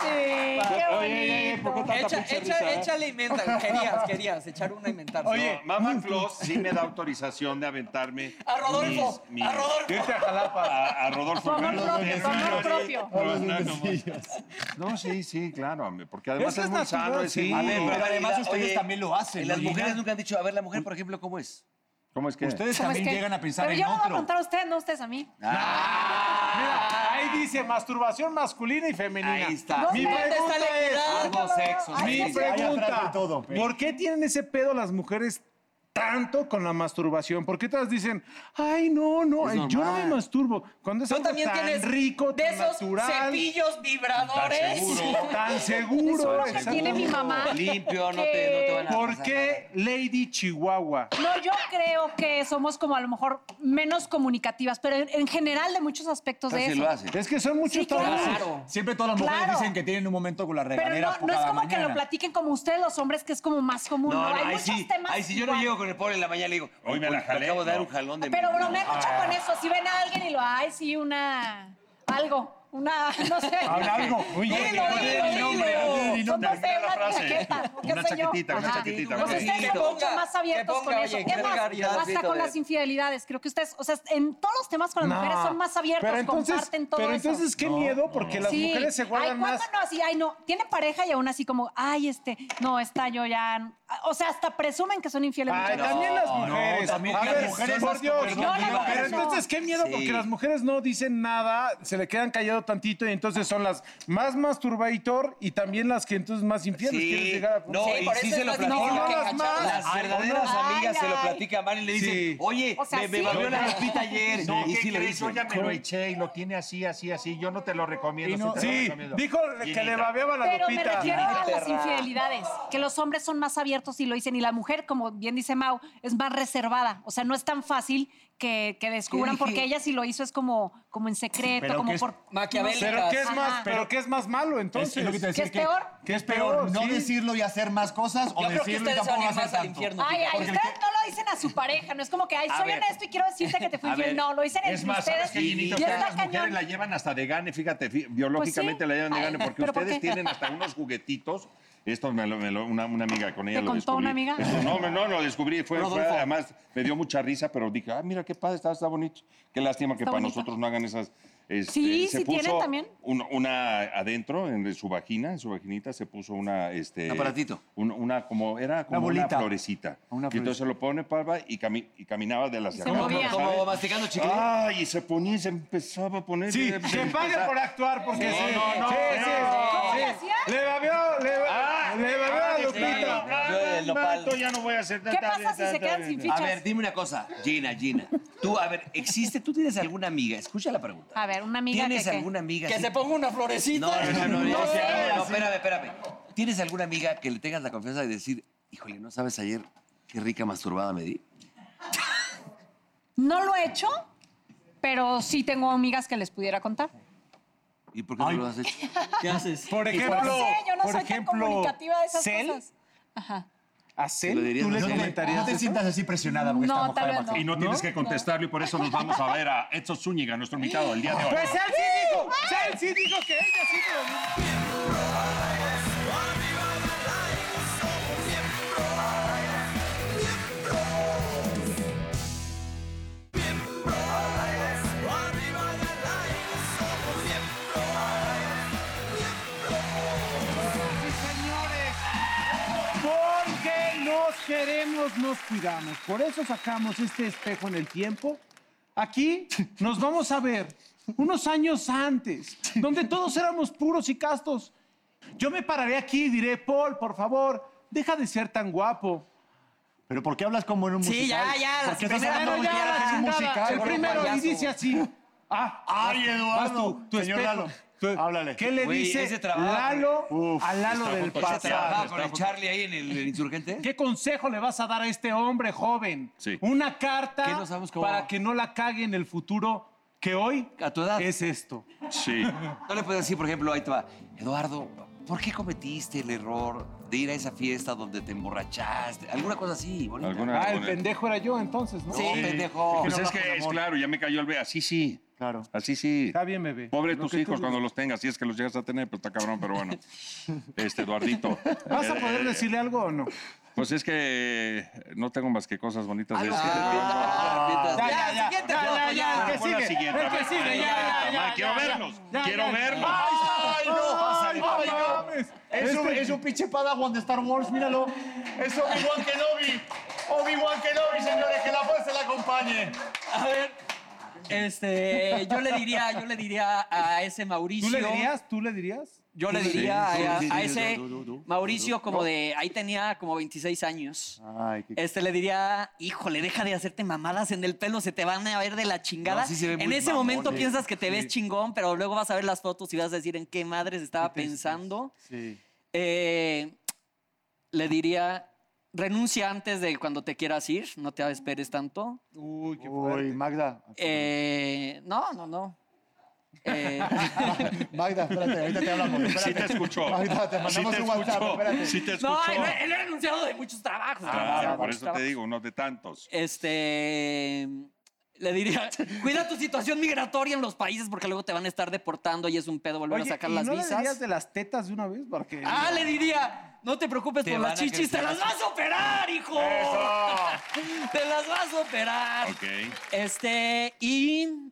S6: Sí, qué bonito.
S9: Echa- echa-
S1: ¿eh?
S9: échale inventa. Querías, querías, echar una e inventar.
S4: Oye,
S1: no, mamá Claus sí me da autorización de aventarme
S7: A Rodolfo,
S1: mis- mis-
S7: a Rodolfo.
S4: irte a Jalapa.
S1: a, a Rodolfo.
S6: Por amor
S1: Hernández.
S6: propio, por amor propio.
S1: Por los nanos. No, sí, sí, claro, hombre, porque además
S4: Es que
S1: es,
S4: es
S1: muy
S4: natural,
S1: sano ese
S4: sí.
S1: mundo.
S4: A ver,
S2: Pero
S3: Oye,
S2: además
S3: oye,
S2: ustedes también lo
S3: Y
S2: hacen.
S3: las
S2: ¿no?
S3: mujeres
S2: Llegan-
S3: nunca han dicho, a ver, la mujer, por ejemplo, ¿cómo es?
S1: ¿Cómo es que?
S2: Ustedes
S6: ¿Cómo es
S2: también
S6: Pues, que?
S2: llegan a pensar
S6: Pero
S2: en
S6: yo voy a
S2: otro.
S6: preguntar a ustedes, no ustedes a mí.
S4: Ah, Mira, ahí dice masturbación masculina y femenina.
S3: Ahí está.
S4: Mi
S6: ¿Dónde
S4: pregunta
S7: está la
S4: es,
S7: equidad?
S6: Ambos sexos.
S4: mi
S2: sí, hay atrás
S4: pregunta,
S2: de todo, pero-
S4: ¿por qué tienen ese pedo las mujeres tanto con la masturbación? ¿Por qué todas dicen, ay, no, no, eh, yo no me masturbo? Cuando es
S7: Tú
S4: algo
S7: también
S4: tan
S7: tienes
S4: rico,
S7: de
S4: tan
S7: esos
S4: natural,
S7: cepillos vibradores.
S4: tan
S6: Eso
S4: seguro.
S6: es lo que Pues, tiene mi
S4: exacto.
S6: mamá.
S3: Limpio, no te, no te van a
S4: ¿Por
S3: pasar
S4: qué Lady Chihuahua?
S6: No, yo creo que somos como a lo mejor menos comunicativas, pero en, en general de muchos aspectos
S3: nada.
S6: de
S3: Casi
S6: eso.
S3: lo hace.
S4: Es que son muchos
S6: Sí, claro.
S4: tabús.
S7: Claro.
S2: Siempre todas las mujeres
S6: Claro.
S2: dicen que tienen un momento con la
S6: Pero
S2: regadera
S6: no, no es
S2: cada
S6: como que lo
S2: mañana.
S6: platiquen como ustedes los hombres, que es como más común. No, hay
S3: ahí
S6: muchos
S3: sí,
S6: temas.
S3: ahí sí, yo no
S6: igual.
S3: llego con el pobre en la mañana y le digo,
S1: Hoy me la
S3: "Oye,
S1: jalé",
S3: acabo de dar
S1: no.
S3: un jalón de
S6: Ah, Pero
S3: mi-
S6: bromeé mucho con eso. Si ven a alguien y lo, ay, sí, una. Algo. Una. No sé.
S2: Habla algo. Uy,
S6: Dilo,
S2: ya-
S6: dilo,
S2: ya tiene mi
S6: dilo.
S2: nombre, ya tiene mi
S6: No,
S2: nombre.
S6: no sé,
S1: Termina
S6: una
S1: la frase.
S6: chaquetita. ¿o qué
S1: Una
S6: sé yo?
S1: chaquetita, una
S6: Ajá.
S1: chaquetita,
S6: No,
S1: ok.
S6: ustedes
S7: Que
S6: son mucho
S7: ponga,
S6: más abiertos
S7: que ponga,
S6: con eso.
S7: oye,
S6: ¿Qué
S7: que
S6: más?
S7: vulgaridad,
S6: Hasta
S3: Rito,
S6: con
S3: de-
S6: las infidelidades. Creo que ustedes, o sea, en todos los temas con las
S4: No.
S6: mujeres son más abiertos,
S4: Pero entonces,
S6: comparten todo
S4: Pero
S6: eso.
S4: entonces, qué miedo, porque las
S6: Sí.
S4: mujeres se guardan
S6: ay,
S4: más.
S6: ¿cuándo no? Así, ay, no, tiene pareja y aún así como, ay, este, no, está yo ya... O sea, hasta presumen que son infieles muchas
S4: Ay,
S6: veces.
S4: también las mujeres.
S2: también
S4: a
S2: las
S4: ver,
S2: mujeres
S4: por
S2: más
S4: Dios.
S2: conservadoras.
S6: No, las
S4: pero
S6: mujeres no.
S4: entonces qué miedo, porque las mujeres no dicen nada, se le quedan callado tantito y entonces son las más masturbator y también las que entonces más infieles. ¿Quieres
S3: Sí,
S4: llegar a-
S3: no,
S7: Sí,
S3: y
S7: por
S3: sí
S7: eso
S3: se
S7: es
S3: lo
S7: más
S3: platican.
S7: difícil
S4: No,
S7: que
S4: no, las
S7: cachar
S4: más.
S7: las
S3: Las verdaderas
S6: Ay,
S3: amigas se lo
S6: ay.
S3: platican, van y le dicen,
S4: Sí.
S3: oye,
S6: O sea,
S3: me, me
S6: sí.
S3: barrió la ropita ayer.
S1: No,
S3: y
S1: ¿qué
S3: sí le
S1: crees? Yo
S3: dicen.
S1: ya me lo eché y lo tiene así, así, así. Yo no te lo recomiendo.
S2: Y no-
S1: sí te lo
S4: Sí,
S1: recomiendo.
S4: dijo que le
S1: Llenita.
S4: babeaba la
S6: Pero me
S4: lupita.
S6: refiero a las infidelidades, que los hombres son más abiertos y lo dicen, y la mujer, como bien dice Mau, es más reservada. O sea, no es tan fácil que, que descubran, porque ella si lo hizo es como, como en secreto,
S2: Pero
S6: como
S2: que es-
S6: por...
S7: Maquiavélicas.
S4: Pero qué es más,
S6: Ajá.
S4: pero qué es más malo
S2: Es,
S4: entonces.
S2: es lo que te decía,
S6: ¿Qué es peor?
S2: ¿Qué es peor? ¿No
S4: Sí.
S2: decirlo y hacer más cosas o
S7: Yo creo que
S2: decirlo y
S7: ustedes se van
S2: tampoco
S7: a ir
S2: hacer
S7: más al
S2: tanto?
S7: infierno.
S6: Ay, ay,
S2: Porque el
S6: ustedes no lo dicen a su pareja, no es como que, ay, soy
S3: ver.
S6: honesto y quiero decirte que te fui
S3: A
S6: infiel.
S3: ver.
S6: No, lo dicen
S1: Es
S6: entre
S1: más, ¿sabes
S6: ustedes
S1: qué,
S6: y
S1: Ginita? Ustedes
S6: está
S1: las mujeres
S6: cañón. Pues
S1: la llevan hasta de gane, fíjate, fi- biológicamente la llevan de
S6: Ay,
S1: gane, porque
S6: ¿pero por
S1: ustedes
S6: qué?
S1: tienen hasta unos juguetitos. Esto me lo, me lo- una, una amiga con ella
S6: ¿Te
S1: lo
S6: contó
S1: descubrí.
S6: una amiga?
S1: Esto, no, me- no, lo descubrí. Fue, fue-
S7: Rodolfo.
S1: además, me dio mucha risa, pero dije, ah, mira, qué padre, está, está bonito. Qué lástima que
S6: Está
S1: para
S6: bonito.
S1: nosotros no hagan esas... este,
S6: Sí, sí tienen
S1: puso
S6: también.
S1: un- una adentro, en su vagina, en su vaginita, se puso una... Este,
S3: Un aparatito.
S1: un- una, como, era como una,
S2: bolita.
S1: florecita.
S2: Una
S1: y entonces lo pone, palma, y, cami- y caminaba de las...
S6: se movía.
S3: Como masticando chicle.
S1: Ay, y se ponía y se empezaba a poner.
S4: Sí,
S1: y-
S4: que pague por actuar, porque sí.
S1: no, no,
S4: sí,
S1: no.
S4: sí,
S6: ¿Cómo
S4: sí.
S6: le hacía?
S2: Ah,
S4: Le babeó, le, ba- le babeó a
S1: sí,
S4: Lupita.
S1: no, no, no,
S3: el nopal.
S1: Mato, ya no voy a hacer
S11: ¿Qué
S1: nada,
S11: pasa si
S1: nada,
S11: se quedan
S1: nada,
S11: sin
S1: nada.
S3: A
S11: fichas?
S3: ver, dime una cosa, Gina, Gina. Tú, a ver, existe, tú tienes alguna amiga, escucha la pregunta.
S11: A ver, una amiga que,
S3: ¿Tienes
S11: que-
S3: alguna amiga?
S7: Que
S3: así-
S7: se ponga una florecita.
S3: No, no, no, no, no, no,
S11: sé.
S3: no, no, espérame, espérame. ¿Tienes alguna amiga que le tengas la confianza de decir, híjole, no sabes ayer qué rica masturbada me di?
S11: No lo he hecho, pero sí tengo amigas que les pudiera contar.
S3: ¿Y por qué no lo has hecho?
S5: ¿Qué haces?
S4: Por ejemplo,
S11: No sé, yo no
S4: por
S11: soy tan
S4: ejemplo,
S11: comunicativa de esas
S4: Cel,
S11: cosas. Ajá.
S4: a
S3: ¿Se lo
S4: Cel,
S3: dirías
S4: tú
S3: a
S4: le
S3: Cel?
S2: No
S4: comentarías
S2: te
S4: eso?
S2: sientas así presionada porque
S11: No,
S2: esta
S11: tal
S2: mujer
S11: vez
S2: va a
S11: no.
S1: Y no tienes que contestarlo y por eso nos vamos a ver a Edson Zúñiga, nuestro invitado el día de hoy.
S4: Pues Cel sí dijo, Cel sí dijo que ella sí me dominó. Porque nos queremos, nos cuidamos. Por eso sacamos este espejo en el tiempo. Aquí nos vamos a ver unos años antes, donde todos éramos puros y castos. Yo me pararé aquí y diré, Paul, por favor, deja de ser tan guapo.
S2: ¿Pero por qué hablas como en un musical?
S7: Sí, ya, ya, las
S2: ¿Por qué estás
S7: primeras,
S2: hablando
S7: no,
S2: como
S7: ya,
S2: si
S7: la
S2: fueras un
S7: chingada.
S2: musical?
S4: El primero y
S7: payaso.
S4: dice así. Ah,
S2: ¡Ay,
S4: vas
S2: Eduardo!
S4: tú, tu
S2: Señor
S4: espejo.
S2: Lalo,
S4: Tu-
S2: háblale.
S4: ¿Qué le
S3: Güey,
S4: dice
S3: ese trabajo,
S4: Lalo
S2: güey. Uf,
S4: a Lalo
S1: está
S4: del
S1: complicado.
S4: pasado?
S3: ¿Trabajaba con el Charlie ahí en el, en el insurgente?
S4: ¿Qué consejo le vas a dar a este hombre joven?
S1: Sí.
S4: Una carta
S3: Que no sabemos cómo
S4: para
S3: va.
S4: que no la cague en el futuro, que hoy
S3: A tu edad.
S4: es esto.
S1: Sí.
S3: No le puedes decir, por ejemplo, ahí te va, Eduardo, ¿por qué cometiste el error de ir a esa fiesta donde te emborrachaste? Alguna cosa así, bonita.
S1: ¿Alguna-
S4: Ah, el
S1: alguna-
S4: pendejo era yo entonces, ¿no?
S3: No, pendejo.
S1: Pues
S3: No,
S1: es
S3: no,
S1: que es claro, ya me cayó el ve. Así sí.
S2: Claro.
S1: Así sí.
S4: Está bien, bebé.
S1: Pobre
S4: Lo
S1: tus
S4: que tú
S1: hijos
S4: digas.
S1: cuando los tengas, si es que los llegas a tener, pues está cabrón, pero bueno. Este, Eduardito.
S4: ¿Vas a
S1: eh,
S4: poder
S1: eh,
S4: decirle algo o no?
S1: Pues es que no tengo más que cosas
S4: Ah,
S1: bonitas de este.
S4: Ya,
S7: ya,
S4: ya,
S7: siguiente,
S4: ya,
S7: por
S4: ya,
S7: favor,
S4: ya,
S7: ya.
S4: el que
S1: Pon la
S4: sigue,
S1: siguiente,
S4: el
S1: a
S4: que
S1: ver,
S4: sigue,
S1: ahí,
S4: ya,
S1: ahí,
S4: ya,
S1: ahí,
S4: ya,
S1: Quiero
S4: ya,
S1: verlos,
S4: ya,
S1: quiero
S4: ya, ya.
S1: verlos.
S4: ¡Ay,
S2: ¡Ay, no
S4: no
S2: mames! Este Es un, es un pinche padawan de Star Wars, míralo. Es Obi-Wan Kenobi. Obi-Wan Kenobi, señores, que la fuerza le acompañe.
S7: A ver, este, yo le diría, yo le diría a ese Mauricio.
S4: ¿Tú le dirías? ¿Tú le dirías?
S7: Yo le
S3: Sí,
S7: diría
S3: sí,
S7: a,
S3: sí,
S7: a
S3: sí,
S7: ese
S3: no, no, no, no.
S7: Mauricio como de, ahí tenía como 26 años.
S2: Ay, qué...
S7: Este le diría, híjole, deja de hacerte mamadas en el pelo, se te van a ver de la chingada.
S3: No, sí se ve
S7: en
S3: muy
S7: ese
S3: mamón,
S7: momento
S3: eh.
S7: piensas que te ves chingón, pero luego vas a ver las fotos y vas a decir en qué madres estaba pensando.
S2: Sí.
S7: Eh, le diría, renuncia antes de cuando te quieras ir, no te esperes tanto.
S4: Uy, qué
S2: Uy, Magda.
S7: Eh, no, no, no. Eh,
S2: Magda, espérate, ahorita te hablamos. Espérate.
S1: Sí te escuchó.
S2: Magda, te
S1: Sí
S2: mandamos
S1: te
S2: un WhatsApp,
S1: escuchó.
S2: espérate.
S1: Sí te escuchó.
S7: no, él, él ha renunciado de muchos
S3: Ah,
S7: trabajos.
S1: Claro,
S7: trabajos,
S1: por
S7: muchos
S1: eso te
S7: trabajos.
S1: digo, no de tantos.
S7: Este. Le diría, cuida tu situación migratoria en los países porque luego te van a estar deportando y es un pedo volver
S4: Oye,
S7: a sacar
S4: ¿y
S7: las
S4: no le dirías
S7: visas.
S4: de las tetas de una vez? Porque...
S7: Ah, le diría, no te preocupes
S3: Te
S7: por las
S3: van a
S7: chichis, te
S3: crecer
S7: las
S3: las-
S7: vas a operar, hijo. te las vas a operar.
S1: Ok.
S7: Este, y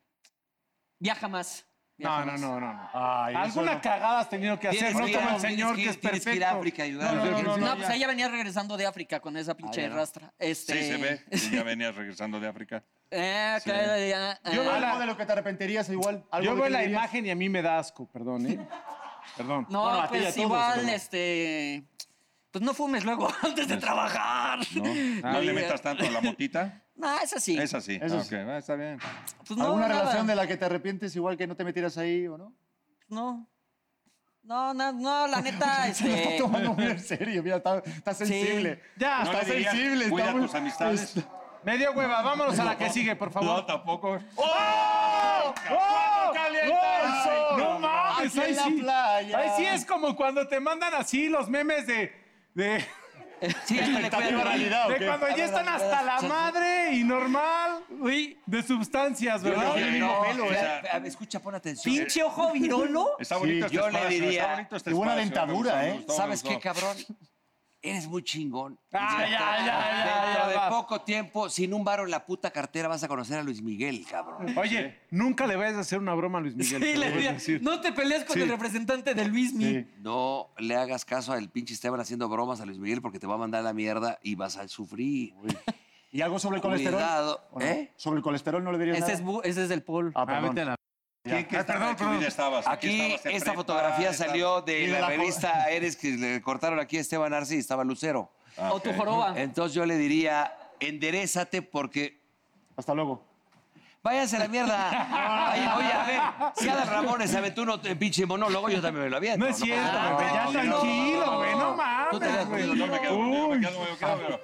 S7: viaja más. viaja
S4: No, no,
S7: más.
S4: no, no. no.
S2: Ay, eso
S4: Alguna
S2: no-
S4: cagada has tenido que hacer,
S3: Tienes
S4: no
S3: que ir
S4: como
S3: a-
S4: el señor que,
S3: tienes
S4: es
S3: que ir- tienes
S4: perfecto.
S3: que ir a África a ayudar.
S4: No, no, no,
S7: No,
S4: no,
S7: pues
S4: ya.
S7: ella venía regresando de África con esa pinche rastra. Este,
S1: Sí, se ve. Y Ya venías regresando de África.
S7: Eh, claro, ya,
S4: Yo
S7: eh,
S4: no la-
S2: Algo de lo que te arrepentirías igual. Algo
S4: Yo
S2: de
S4: veo
S2: que
S4: la
S2: dirías.
S4: imagen y a mí me da asco, perdón, ¿eh? Perdón.
S7: No,
S2: Bueno, a ti y a
S7: pues
S2: todos,
S7: igual,
S2: pero-
S7: este. Pues no fumes luego antes de trabajar.
S1: No,
S7: No,
S1: no le
S7: ya.
S1: metas tanto a la motita.
S7: No, es así.
S1: Es así.
S2: Eso
S1: Ok,
S2: sí.
S1: ah, está bien.
S7: Pues no,
S2: ¿Alguna
S7: nada.
S2: relación de la que te arrepientes igual que no te metieras ahí o no?
S7: No. No, no, no, la neta,
S2: Está
S7: este.
S2: tomando muy en serio, mira, está, está sensible.
S4: Ya,
S1: No
S2: está
S1: le dirías,
S2: sensible.
S1: cuida
S2: está muy-
S1: tus amistades.
S4: me dio hueva. Vámonos a la que sigue, por favor.
S1: No, tampoco.
S4: ¡Oh! ¡Oh!
S2: calienta el sol!
S4: ¡No mames!
S2: Aquí
S4: Ahí
S2: en la
S4: sí.
S2: playa.
S4: Ahí sí es como cuando te mandan así los memes de. de,
S7: Sí, ya te
S2: Expectativa realidad, ¿o
S4: de
S2: qué?
S4: cuando ya están hasta la madre y normal
S7: Uy,
S4: de sustancias, ¿verdad?
S1: Yo le diría,
S3: No,
S1: pelo,
S3: o
S1: ¿eh?
S3: sea, a ver, escucha, pon atención.
S7: pinche ojo virolo.
S1: Está bonito este
S3: yo le
S1: espacio.
S3: diría,
S1: está bonito este
S2: y buena
S1: espacio, me
S2: dentadura,
S1: gustó, me
S2: ¿eh?
S1: gustó, me
S3: ¿Sabes qué,
S1: gustó.
S3: cabrón? Eres muy chingón.
S4: Ah, ya, ya, ya,
S3: Dentro
S4: ya,
S3: de
S4: va.
S3: poco tiempo, sin un varo en la puta cartera, vas a conocer a Luis Miguel, cabrón.
S4: Oye, nunca le vayas a hacer una broma a Luis
S7: Sí,
S4: Miguel. te lo
S7: le
S4: voy a
S7: diría,
S4: decir.
S7: no te pelees con el representante de Luis Mi.
S3: No le hagas caso al pinche Esteban haciendo bromas a Luis Miguel porque te va a mandar a la mierda y vas a sufrir.
S2: ¿Y algo sobre el colesterol?
S3: Cuidado,
S2: ¿O no?
S3: ¿eh?
S2: ¿Sobre el colesterol no le dirías
S7: Ese
S2: nada?
S7: es, bu- ese es el Paul.
S2: Ah,
S4: Ah,
S2: perdón.
S4: vete a la-
S1: ¿Qué, qué etapa de tu vida estabas? ¿En qué
S3: Aquí
S1: estabas? ¿En
S3: esta
S1: prepa?
S3: fotografía
S1: ¿Estabas-
S3: salió de
S2: Y de
S3: la
S2: la fo-
S3: revista Eres que le cortaron aquí a Esteban Arce y estaba Lucero.
S7: Ah,
S6: o tu joroba.
S3: Entonces yo le diría, enderezate porque
S2: Hasta luego.
S3: váyanse a la mierda. Oye, oye, a ver, si Adal Ramones se aventó uno en pinche monólogo, yo también me lo aviento.
S4: No es cierto,
S3: pasa
S4: güey,
S3: nada.
S4: ya tranquilo, güey, no
S3: Tú te
S4: mames,
S3: das
S4: güey.
S3: cuenta,
S1: Yo me quedo, yo me quedo, yo me quedo, pero-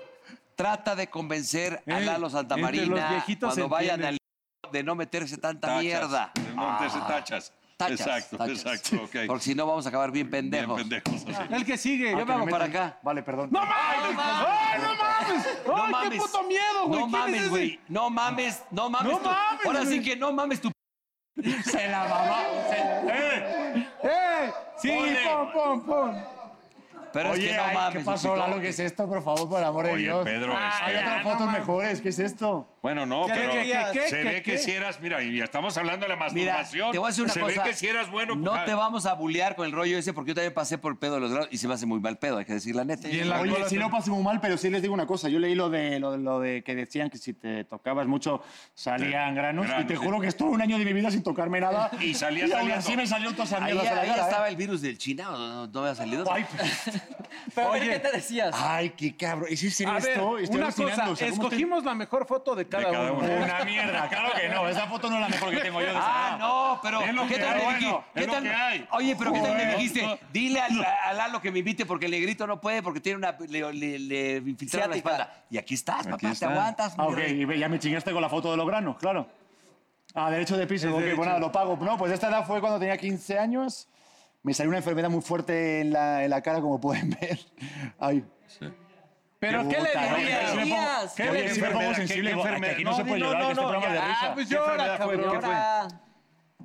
S3: Trata de convencer a
S4: Eh,
S3: Lalo Santamarina
S4: entre los viejitos
S3: cuando
S4: se
S3: vayan
S4: entienden.
S3: al de no meterse tanta
S1: Tachas,
S3: mierda. Ah,
S1: de No, meterse tachas.
S3: Tachas,
S1: Exacto,
S3: tachas.
S1: exacto, ok.
S3: Porque si no vamos a acabar bien
S1: Bien
S3: pendejos.
S1: pendejos así.
S4: El que sigue.
S3: Yo me hago para acá.
S2: Vale, perdón.
S4: ¡No mames! ¡Ay, no mames! ¡Ay, qué puto miedo, güey! ¿Quién
S3: No
S4: es
S3: mames,
S4: ese?
S3: güey. No mames, no mames.
S4: No
S3: tú.
S4: mames,
S3: Ahora sí
S4: güey.
S3: que no mames tu
S4: ¡Eh! Sí,
S1: Ole.
S4: pon, pon, pon.
S3: Pero
S2: Oye,
S3: es que no
S2: ay,
S3: mames.
S2: ¿qué pasó,
S3: Lupita.
S2: Lalo? ¿Qué es esto, por favor, por amor de
S1: Oye,
S2: Dios?
S1: Pedro,
S2: Hay
S1: este,
S2: otras fotos mejores. ¿Qué es esto?
S1: bueno, no, pero
S4: ¿Qué, qué, qué,
S1: se
S4: qué,
S1: ve que
S4: qué?
S1: si eras, mira, y ya estamos hablando de la
S3: Mira,
S1: masturbación.
S3: te voy a decir una
S1: se
S3: cosa.
S1: ve que si eras bueno.
S3: No
S1: pues,
S3: te
S1: ah,
S3: vamos a bullear con el rollo ese porque yo también pasé por el pedo de los grados y se me hace muy mal pedo, hay que decir la neta.
S4: Y en la
S2: Oye,
S4: cola
S2: sí
S4: te-
S2: lo pasé muy mal, pero sí les digo una cosa. Yo leí lo de lo, de- lo de que decían que si te tocabas mucho salían granos,
S1: granos,
S2: y te
S1: sí.
S2: juro que estuve un año de mi vida sin tocarme nada.
S1: Y salía
S2: y aún
S1: saliendo.
S2: así me salió todas esas
S3: Ahí,
S2: mierdas a la
S3: ahí
S2: cara, ¿eh?
S3: estaba el virus del China, ¿o no, no había salido.
S2: Ay,
S7: Pero a ver, ¿qué te decías?
S2: ay, qué cabrón. ¿Es en serio
S4: A ver,
S2: esto? Estoy
S4: una
S2: alucinando,
S4: cosa,
S2: o sea, ¿cómo estoy-
S4: escogimos la mejor foto de cada,
S1: cada
S4: uno.
S1: uno.
S2: Una mierda, claro que no. Esa foto no es la mejor que tengo yo. de
S3: Ah,
S2: esa-
S3: no, pero
S1: Es lo
S3: ¿qué
S1: que hay,
S3: tal me dijiste?
S1: bueno,
S3: ¿Qué
S1: es lo
S3: tal-
S1: que hay.
S3: Oye, pero ¿qué tal me
S1: Joder.
S3: dijiste? Dile al- a, Lalo que me invite porque el negrito no puede porque tiene una le, le- le infiltraron la
S7: Ciática.
S3: espalda. Y aquí estás, papá,
S1: está.
S3: te aguantas.
S2: Ah,
S3: mi
S2: ok,
S3: rey.
S2: y ve, ya me chingaste con la foto de los granos, claro. Ah, derecho de piso, ok, bueno, nada, lo pago. No, pues esta edad fue cuando tenía 15 años. Me salió una enfermedad muy fuerte en la, en la cara, como pueden ver. Ay.
S4: Pero ¿qué
S2: Puta,
S4: le
S2: no,
S4: dirías?
S2: si me pongo-
S7: Dirías.
S2: ¿Qué Oye, si me pongo sensible,
S1: ¿Qué
S2: guau, que
S1: enfermedad?
S2: aquí no,
S1: No,
S2: se puede
S1: no,
S2: llorar,
S1: no,
S2: que este
S1: no,
S2: programa es de
S1: ya.
S2: risa.
S4: Ah, pues llora, cabrón.
S7: Ahora,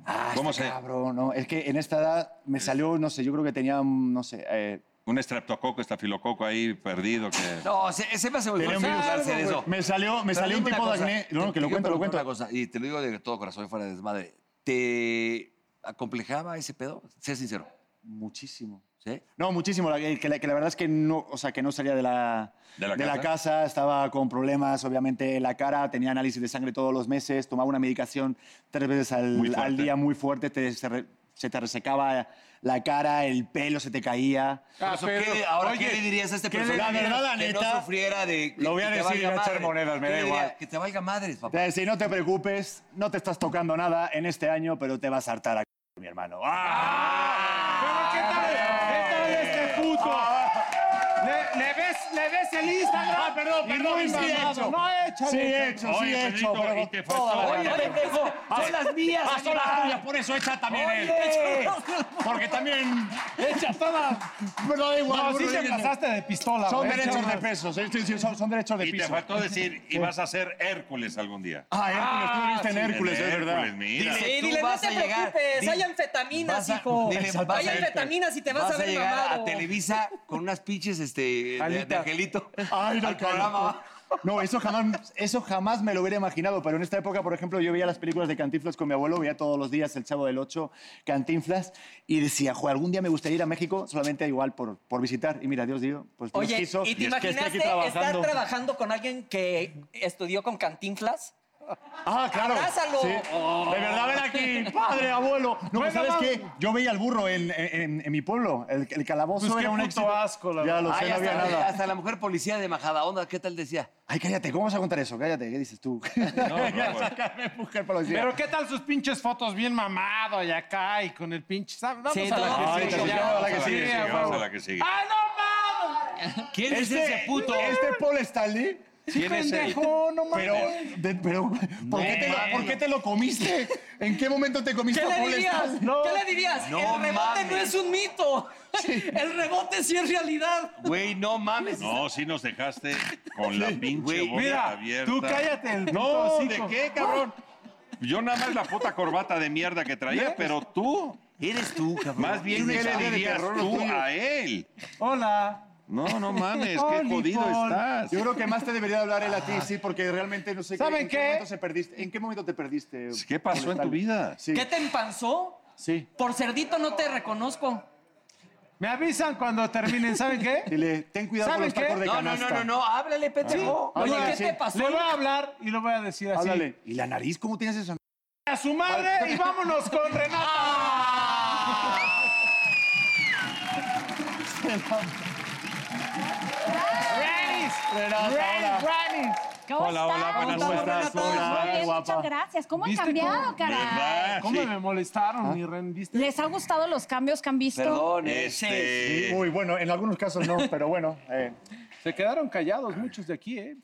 S1: Ah, ¿Cómo se?
S2: Cabrón, no, es que en esta edad me salió, no sé, yo creo que tenía, no sé, eh,
S1: Un estreptococo, estafilococo ahí perdido que...
S3: Pues No, se, se me hace muy
S2: tenía
S3: fuerte
S2: un virus.
S3: burlarse de eso.
S2: Me salió, me
S3: Pero
S2: salió un
S3: dime
S2: tipo de
S3: una cosa,
S2: acné. No,
S3: te-
S2: que lo
S3: yo
S2: cuento,
S3: te pregunto
S2: lo cuento.
S3: una cosa, y te lo digo de todo corazón, fuera de desmadre. ¿Te acomplejaba ese pedo? Sé sincero.
S2: Muchísimo.
S3: ¿sí?
S2: No, muchísimo. la- Que la, que la verdad es que no, o sea, que no salía de la,
S1: ¿De la casa?
S2: casa, Estaba con problemas, obviamente, en la cara. Tenía análisis de sangre todos los meses. Tomaba una medicación tres veces
S1: Muy
S2: al,
S1: fuerte.
S2: al día muy fuerte. te- se, re- se te resecaba la cara, el pelo se te caía.
S4: Ah,
S3: Por eso,
S4: pero,
S3: ¿qué le- ahora, ¿qué
S4: oye,
S3: le dirías a este
S2: ¿qué le
S3: personaje?
S2: dirías? La verdad, la
S3: que no
S2: neta,
S3: sufriera de. que-
S2: lo voy a
S3: que te
S2: decir y
S3: valga
S2: voy a echar
S3: madre.
S2: monedas,
S3: ¿Qué
S2: me da
S3: le diría?
S2: igual.
S3: Que te valga madres, papá.
S2: Te decía, no te preocupes, no te estás tocando nada en este año, pero te vas a hartar a c- mi hermano. ¡Ah!
S4: Pero ¿qué tal? ¿Qué tal este puto? Le, le ves, le ves el Instagram.
S2: Ah, perdón,
S4: y
S2: perdón,
S4: no
S2: sí
S4: ves
S2: he
S4: nada.
S2: hecho.
S4: No échale.
S2: Sí eh. he hecho, sí
S1: Oye,
S2: he hecho,
S1: Pedrito,
S2: pero
S1: y
S2: con
S1: te
S2: toda
S1: faltó-
S2: la
S1: Oye,
S2: gana.
S3: pendejo! ¡Son las mías!
S2: Ah, son las tuyas, por eso echa también él. Porque también
S4: Echa toda.
S2: Pero da igual.
S4: No, sí
S2: bro,
S4: te
S2: yo-
S4: pasaste de pistola.
S2: Son
S4: güey.
S2: derechos de
S4: Échala.
S2: peso, sí, sí, sí, son, son derechos de
S1: Y te
S2: piso.
S1: faltó decir, y vas a ser Hércules algún día.
S2: Ah, Hércules, tú lo viste en
S1: sí,
S2: Hércules,
S1: en
S2: es verdad.
S1: Hércules, mira.
S7: sí,
S3: Dile, tú
S7: dile, no
S3: vas
S7: te
S3: a llegar,
S7: preocupes,
S3: dile-
S7: hay anfetaminas,
S3: vas a-
S7: hijo.
S3: dile, vas
S7: hay
S3: a-
S7: anfetaminas y te vas,
S3: Vas
S7: a
S3: a
S7: ver
S3: llegar
S7: mamado.
S3: a Televisa con unas pinches este, de, de
S4: Alitas.
S3: angelito.
S2: Ay, no,
S3: al
S2: claro.
S3: programa.
S2: No, eso jamás, eso jamás me lo hubiera imaginado, pero en esta época, por ejemplo, yo veía las películas de Cantinflas con mi abuelo, veía todos los días El Chavo del Ocho, Cantinflas, y decía, "Jo, algún día me gustaría ir a México solamente igual por, por visitar. Y mira, Dios digo, pues Dios
S7: Oye,
S2: quiso
S7: ¿y te
S2: que esté
S7: imaginaste
S2: aquí
S7: estar
S2: trabajando.
S7: trabajando con alguien que estudió con cantinflas?
S2: Ah, claro.
S7: Abrázalo.
S2: Sí. De verdad, ven aquí, padre, abuelo. No,
S4: Bueno,
S2: pues, ¿sabes
S4: vamos.
S2: qué? Yo veía al burro en, en- en mi pueblo. El, el calabozo
S4: Pues, qué
S2: era un
S4: puto
S2: éxito.
S4: asco, la
S2: ya
S4: verdad.
S2: lo sé,
S3: Ay,
S2: no había
S3: hasta,
S2: nada.
S3: hasta la mujer policía de Majada Onda, ¿qué tal decía?
S2: Ay, cállate, ¿cómo vas a contar eso? Cállate, ¿qué dices tú? No,
S1: bueno.
S2: mujer policía.
S4: Pero ¿qué tal sus pinches fotos bien mamado y acá y con el pinche... ¿sabes? Vamos
S7: Sí,
S4: a la
S7: no,
S4: que
S7: ay,
S4: sigue,
S2: te
S4: ya.
S2: llevo a la
S1: Vamos
S2: que
S1: a
S2: sigue,
S1: la
S4: a
S1: vamos
S4: huevo.
S1: a la que sigue.
S4: ¡Ah, no mames!
S3: ¿Quién es ese puto?
S2: Este Paul Stanley.
S3: ¿Quién es él?
S4: ¡Pendejo, no mames!
S2: Pero, de- pero ¿por, qué te lo, por qué te lo comiste? ¿En qué momento te comiste
S7: ¿Qué
S2: a
S7: le
S2: Paul
S7: dirías?
S2: Stanley?
S7: ¿Qué le dirías?
S3: No
S7: el rebote
S3: mames.
S7: no es un mito. El rebote sí es realidad.
S3: Güey, no mames.
S1: No, sí nos dejaste con la pinche
S3: Güey,
S1: boca
S4: Mira,
S1: abierta.
S4: tú cállate el puto
S1: No, ¿de
S4: hocico.
S1: qué, cabrón? Yo nada más la puta corbata de mierda que traía, pero tú,
S3: Eres tú, cabrón.
S1: más bien, ¿qué le dirías tú a él?
S4: Hola.
S1: No, no mames, qué
S4: Oli,
S1: jodido
S4: Paul.
S1: estás.
S2: Yo creo que más te debería hablar él a ti, sí, porque realmente no sé
S4: ¿Saben
S2: en qué,
S4: qué?
S2: momento se perdiste. ¿En qué momento te perdiste?
S1: ¿Qué pasó
S2: Paul
S1: en tu
S2: Stanley?
S1: vida?
S2: Sí,
S7: ¿Qué te empanzó?
S2: sí.
S7: Por cerdito no te reconozco.
S4: Me avisan cuando terminen, ¿saben qué?
S2: Dile, ten cuidado con
S4: ¿Saben
S2: los tacos
S4: qué?
S2: de
S3: No, no,
S2: canasta.
S3: no, no, no, háblale, pendejo.
S7: Oye,
S2: Háblale,
S7: ¿qué
S2: sí.
S7: te pasó?
S4: Le voy a hablar y lo voy a decir así.
S2: Háblale. ¿Y la nariz? ¿Cómo tienes eso?
S4: A su madre y vámonos con Renata. Grannies. Grannies, grannies.
S11: ¿Cómo
S1: Hola, hola,
S11: están?
S1: buenas,
S11: ¿Cómo
S1: buenas,
S11: están?
S1: hola,
S11: Muy bien,
S2: guapa.
S11: Muchas gracias. ¿Cómo han
S4: ¿Viste
S11: cambiado,
S4: cómo?
S11: caray?
S1: ¿Verdad?
S4: ¿Cómo
S1: Sí.
S4: me molestaron, mi Ren? ¿Viste?
S11: ¿Les ha gustado los cambios que han visto?
S3: Perdón, eh.
S2: Sí,
S3: este.
S2: Uy, bueno, en algunos casos no, pero bueno. eh,
S4: Se quedaron callados muchos de aquí, ¿eh?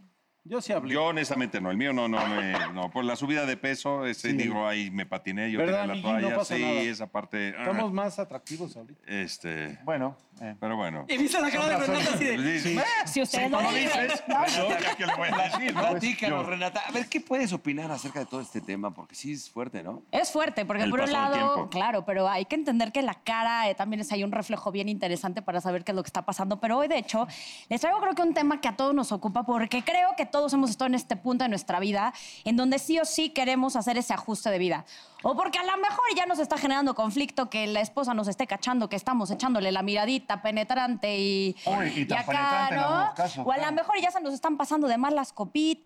S4: Yo sí hablé.
S1: Yo honestamente no, el mío no, no, me- no. Por la subida de peso, ese digo, ahí me patiné, yo
S4: ¿Verdad,
S1: tenía la
S4: Miguel? No
S1: toalla,
S4: pasa
S1: sí,
S4: nada.
S1: esa parte. ah,
S4: Estamos más atractivos ahorita.
S1: Este,
S2: bueno. eh.
S1: pero bueno.
S7: Y viste la cara de Renata así de.
S1: Sí,
S11: Si ustedes
S1: no
S11: lo
S1: lo
S11: dicen.
S1: dices, Renata, ya que le voy a decir, ¿no?
S3: Platícanos, Renata. A ver, ¿qué puedes opinar acerca de todo este tema? Porque sí es fuerte, ¿no?
S11: Es fuerte, porque
S1: El
S11: por un
S1: paso del
S11: lado,
S1: tiempo.
S11: claro, pero hay que entender que la cara eh, también es ahí un reflejo bien interesante para saber qué es lo que está pasando. Pero hoy, de hecho, les traigo creo que un tema que a todos nos ocupa, porque creo que todos hemos estado en este punto de nuestra vida en donde sí o sí queremos hacer ese ajuste de vida. O porque a lo mejor ya nos está generando conflicto que la esposa nos esté cachando, que estamos echándole la miradita penetrante y,
S2: Uy, y tan penetrante en algunos casos,
S11: o a lo
S2: claro.
S11: mejor ya se nos están pasando de mal las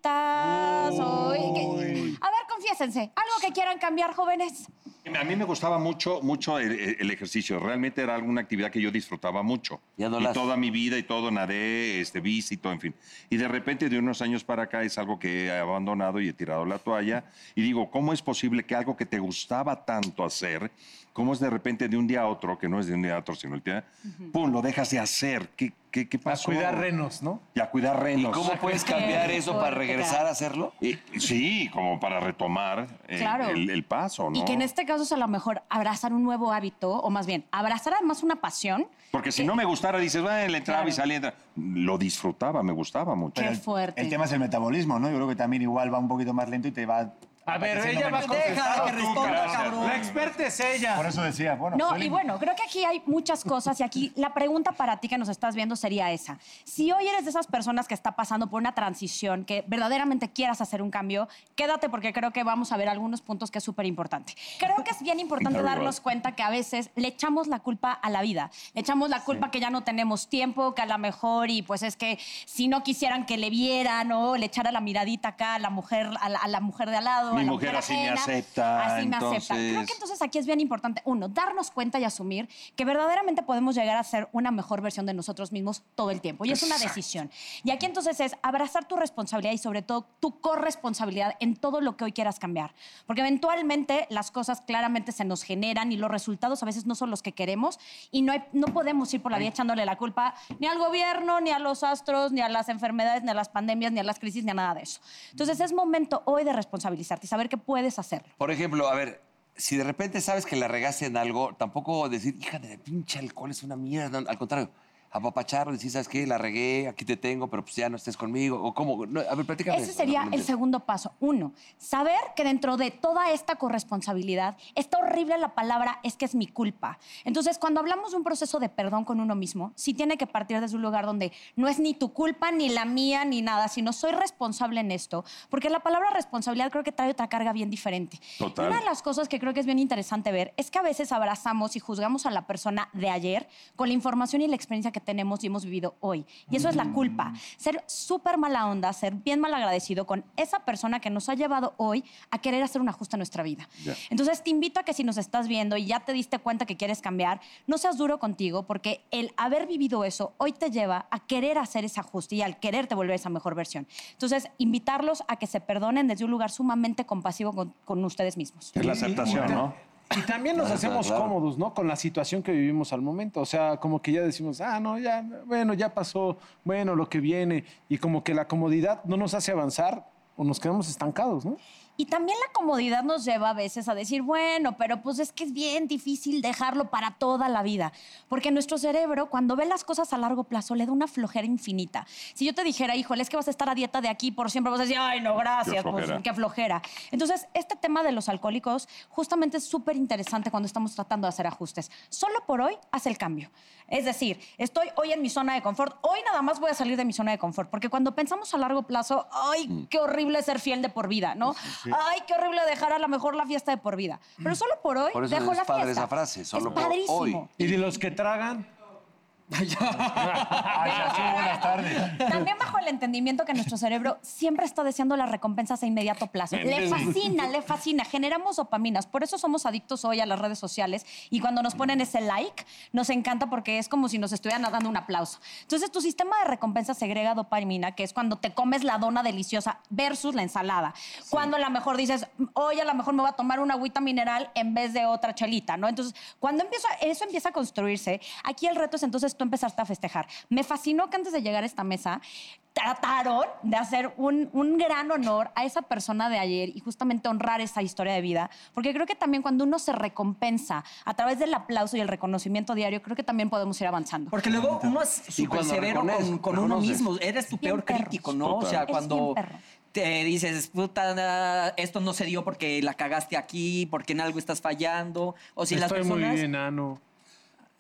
S11: copitas. o- y que- A ver, confiésense, algo que quieran cambiar, jóvenes.
S1: A mí me gustaba mucho, mucho el, el- el ejercicio. Realmente era alguna actividad que yo disfrutaba mucho.
S3: Ya no
S1: y
S3: la haces.
S1: toda mi vida y todo, nadé, este, bici, todo, en fin. Y de repente, de unos años para acá, es algo que he abandonado y he tirado la toalla. Y digo, ¿cómo es posible que algo que te gustaba tanto hacer, cómo es de repente de un día a otro, que no es de un día a otro, sino el día, pum, lo dejas de hacer? ¿Qué, qué, qué
S4: A
S1: pasó?
S4: cuidar renos, ¿no?
S1: Y a cuidar
S3: ¿Y
S1: renos.
S3: cómo puedes cambiar
S11: Qué
S3: eso para
S11: fuerte,
S3: regresar a hacerlo?
S1: Eh, Sí, como para retomar eh,
S11: Claro.
S1: el, el paso, ¿no?
S11: Y que en este caso es a lo mejor abrazar un nuevo hábito, o más bien, abrazar además una pasión.
S1: Porque si no me gustara, dices, bueno, le entraba y
S11: Claro.
S1: salía. entra-". Lo disfrutaba, me gustaba mucho.
S11: Qué
S2: el-
S11: fuerte.
S2: El tema es el metabolismo, ¿no? Yo creo que también igual va un poquito más lento y te va.
S4: A ver,
S2: apeteciendo
S4: ella va
S2: menos
S4: a
S2: cosas.
S7: Déjala que
S1: Tú,
S7: responda,
S1: gracias.
S7: cabrón.
S4: La experta es ella.
S2: Por eso decía, bueno.
S11: No,
S2: Solín,
S11: y bueno, creo que aquí hay muchas cosas y aquí la pregunta para ti que nos estás viendo sería esa. Si hoy eres de esas personas que está pasando por una transición, que verdaderamente quieras hacer un cambio, quédate porque creo que vamos a ver algunos puntos que es súper importante. Creo que es bien importante
S1: Claro,
S11: darnos cuenta que a veces le echamos la culpa a la vida, le echamos la culpa que ya no tenemos tiempo, que a lo mejor y pues es que si no quisieran que le vieran o le echara la miradita acá a la mujer, a la, a la mujer de al lado.
S1: Mi
S11: a la
S1: mujer así me
S11: ajena,
S1: acepta,
S11: Así me acepta. Creo que
S1: Ah, entonces-
S11: entonces aquí es bien importante, uno, darnos cuenta y asumir que verdaderamente podemos llegar a ser una mejor versión de nosotros mismos todo el tiempo. Y es una decisión. Y aquí entonces es abrazar tu responsabilidad y sobre todo tu corresponsabilidad en todo lo que hoy quieras cambiar. Porque eventualmente las cosas claramente se nos generan y los resultados a veces no son los que queremos y no, hay- no podemos ir por la vida echándole la culpa ni al gobierno, ni a los astros, ni a las enfermedades, ni a las pandemias, ni a las crisis, ni a nada de eso. Entonces es momento hoy de responsabilizarte y saber que puedes hacerlo.
S3: Por ejemplo, a ver, si de repente sabes que la regaste en algo, tampoco decir, hija de la pinche alcohol es una mierda. Al contrario, apapacharlo, decir, ¿sabes qué? La regué, aquí te tengo, pero pues ya no estés conmigo. O cómo. No, a ver, platícame.
S11: Ese
S3: eso,
S11: sería
S3: no, no,
S11: el
S3: no.
S11: segundo paso. Uno, saber que dentro de toda esta corresponsabilidad, está horrible la palabra, es que es mi culpa. Entonces, cuando hablamos de un proceso de perdón con uno mismo, sí tiene que partir desde un lugar donde no es ni tu culpa, ni la mía, ni nada, sino soy responsable en esto. Porque la palabra responsabilidad creo que trae otra carga bien diferente.
S1: Total.
S11: Una de las cosas que creo que es bien interesante ver es que a veces abrazamos y juzgamos a la persona de ayer con la información y la experiencia que tenemos y hemos vivido hoy. Y eso es la culpa. Ser súper mala onda, ser bien mal agradecido con esa persona que nos ha llevado hoy a querer hacer un ajuste a nuestra vida.
S1: Ya.
S11: Entonces te invito a que si nos estás viendo y ya te diste cuenta que quieres cambiar, no seas duro contigo porque el haber vivido eso hoy te lleva a querer hacer ese ajuste y al quererte volver esa mejor versión. Entonces, invitarlos a que se perdonen desde un lugar sumamente compasivo con, con ustedes mismos.
S1: Es la aceptación, ¿no?
S4: Y también nos hacemos cómodos, ¿no? Con la situación que vivimos al momento. O sea, como que ya decimos, ah, no, ya, bueno, ya pasó, bueno, lo que viene. Y como que la comodidad no nos hace avanzar o nos quedamos estancados, ¿no?
S11: Y también la comodidad nos lleva a veces a decir, bueno, pero pues es que es bien difícil dejarlo para toda la vida. Porque nuestro cerebro, cuando ve las cosas a largo plazo, le da una flojera infinita. Si yo te dijera, híjole, es que vas a estar a dieta de aquí por siempre, vas a decir, ay, no, gracias,
S1: Qué
S11: pues,
S1: flojera.
S11: qué flojera. Entonces, este tema de los alcohólicos justamente es súper interesante cuando estamos tratando de hacer ajustes. Solo por hoy, haz el cambio. Es decir, estoy hoy en mi zona de confort, hoy nada más voy a salir de mi zona de confort, porque cuando pensamos a largo plazo,
S2: Mm.
S11: ay, qué horrible ser fiel de por vida, ¿no? Ay, qué horrible dejar a lo mejor la fiesta de por vida.
S2: Mm.
S11: Pero solo por hoy,
S3: Por eso
S11: dejo
S3: es
S11: la
S3: padre
S11: fiesta.
S3: esa frase, solo
S11: es
S3: por
S11: padrísimo.
S3: hoy.
S4: Y de los que tragan,
S2: Así, Ah, buenas tardes.
S11: También bajo el entendimiento que nuestro cerebro siempre está deseando las recompensas a inmediato plazo. Le fascina, le fascina. Generamos dopaminas. Por eso somos adictos hoy a las redes sociales. Y cuando nos ponen ese like, nos encanta porque es como si nos estuvieran dando un aplauso. Entonces, tu sistema de recompensa segrega dopamina, que es cuando te comes la dona deliciosa versus la ensalada. Cuando a lo mejor dices, "Mm, hoy a lo mejor me voy a tomar una agüita mineral en vez de otra chelita, ¿no? Entonces, cuando empieza, eso empieza a construirse, aquí el reto es entonces tú empezarte a festejar. Me fascinó que antes de llegar a esta mesa trataron de hacer un, un gran honor a esa persona de ayer y justamente honrar esa historia de vida, porque creo que también cuando uno se recompensa a través del aplauso y el reconocimiento diario, creo que también podemos ir avanzando.
S6: Porque luego uno es súper
S3: cuando
S6: severo
S3: reconoces,
S6: con, con uno
S3: reconoces.
S6: mismo. Eres tu
S11: bien
S6: peor
S11: perro.
S6: crítico, ¿no? O sea,
S11: Eres
S6: cuando
S11: bien perro.
S6: te dices, puta, na- esto no se dio porque la cagaste aquí, porque en algo estás fallando. O si las
S4: Estoy
S6: personas.
S4: muy ah, enano.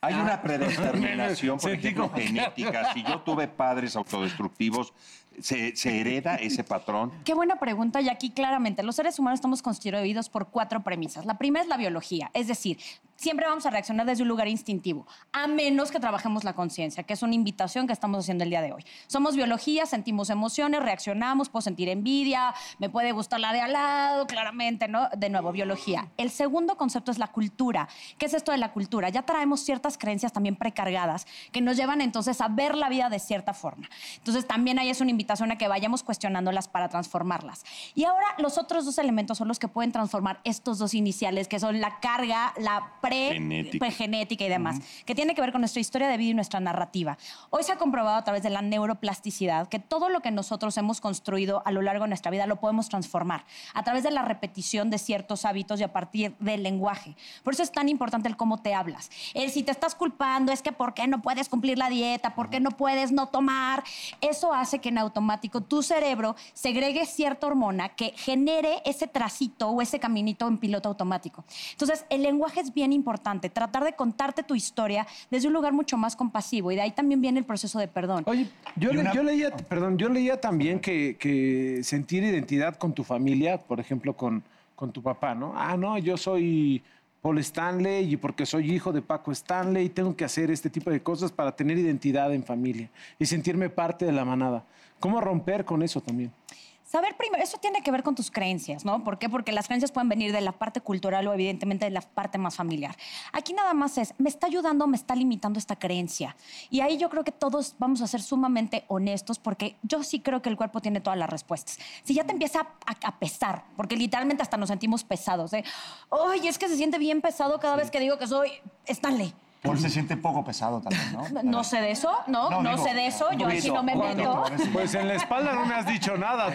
S1: Hay una predeterminación, por
S4: Sentí
S1: ejemplo,
S4: como-
S1: genética. Si yo tuve padres autodestructivos, ¿se, se hereda ese patrón?
S11: Qué buena pregunta, y aquí claramente los seres humanos estamos constituidos por cuatro premisas. La primera es la biología, es decir, siempre vamos a reaccionar desde un lugar instintivo, a menos que trabajemos la conciencia, que es una invitación que estamos haciendo el día de hoy. Somos biología, sentimos emociones, reaccionamos, puedo sentir envidia, me puede gustar la de al lado, claramente, ¿no? De nuevo, biología. El segundo concepto es la cultura. ¿Qué es esto de la cultura? Ya traemos ciertas creencias también precargadas que nos llevan entonces a ver la vida de cierta forma. Entonces también ahí es una invitación a que vayamos cuestionándolas para transformarlas. Y ahora los otros dos elementos son los que pueden transformar estos dos iniciales, que son la carga, la pre
S1: Genética.
S11: pues, genética y demás, que tiene que ver con nuestra historia de vida y nuestra narrativa. Hoy se ha comprobado a través de la neuroplasticidad que todo lo que nosotros hemos construido a lo largo de nuestra vida lo podemos transformar a través de la repetición de ciertos hábitos y a partir del lenguaje. Por eso es tan importante el cómo te hablas. El si te estás culpando es que por qué no puedes cumplir la dieta, por qué no puedes no tomar. Eso hace que en automático tu cerebro segregue cierta hormona que genere ese tracito o ese caminito en piloto automático. Entonces, el lenguaje es bien importante, tratar de contarte tu historia desde un lugar mucho más compasivo y de ahí también viene el proceso de perdón.
S4: Oye, yo, le- yo leía, perdón, yo leía también que, que sentir identidad con tu familia, por ejemplo, con, con tu papá, ¿no? Ah, no, yo soy Paul Stanley y porque soy hijo de Paco Stanley tengo que hacer este tipo de cosas para tener identidad en familia y sentirme parte de la manada. ¿Cómo romper con eso también?
S11: Saber primero, eso tiene que ver con tus creencias, ¿no? ¿Por qué? Porque las creencias pueden venir de la parte cultural o evidentemente de la parte más familiar. Aquí nada más es, ¿me está ayudando o me está limitando esta creencia? Y ahí yo creo que todos vamos a ser sumamente honestos porque yo sí creo que el cuerpo tiene todas las respuestas. Si ya te empieza a, a pesar, porque literalmente hasta nos sentimos pesados, ¿eh? ¡Ay, es que se siente bien pesado cada vez que digo que soy Stanley!
S2: Paul se siente poco pesado también, ¿no?
S11: No sé de eso, no, no,
S2: No, digo,
S11: sé de eso, yo aquí no me meto.
S4: Pues en la espalda no me has dicho nada.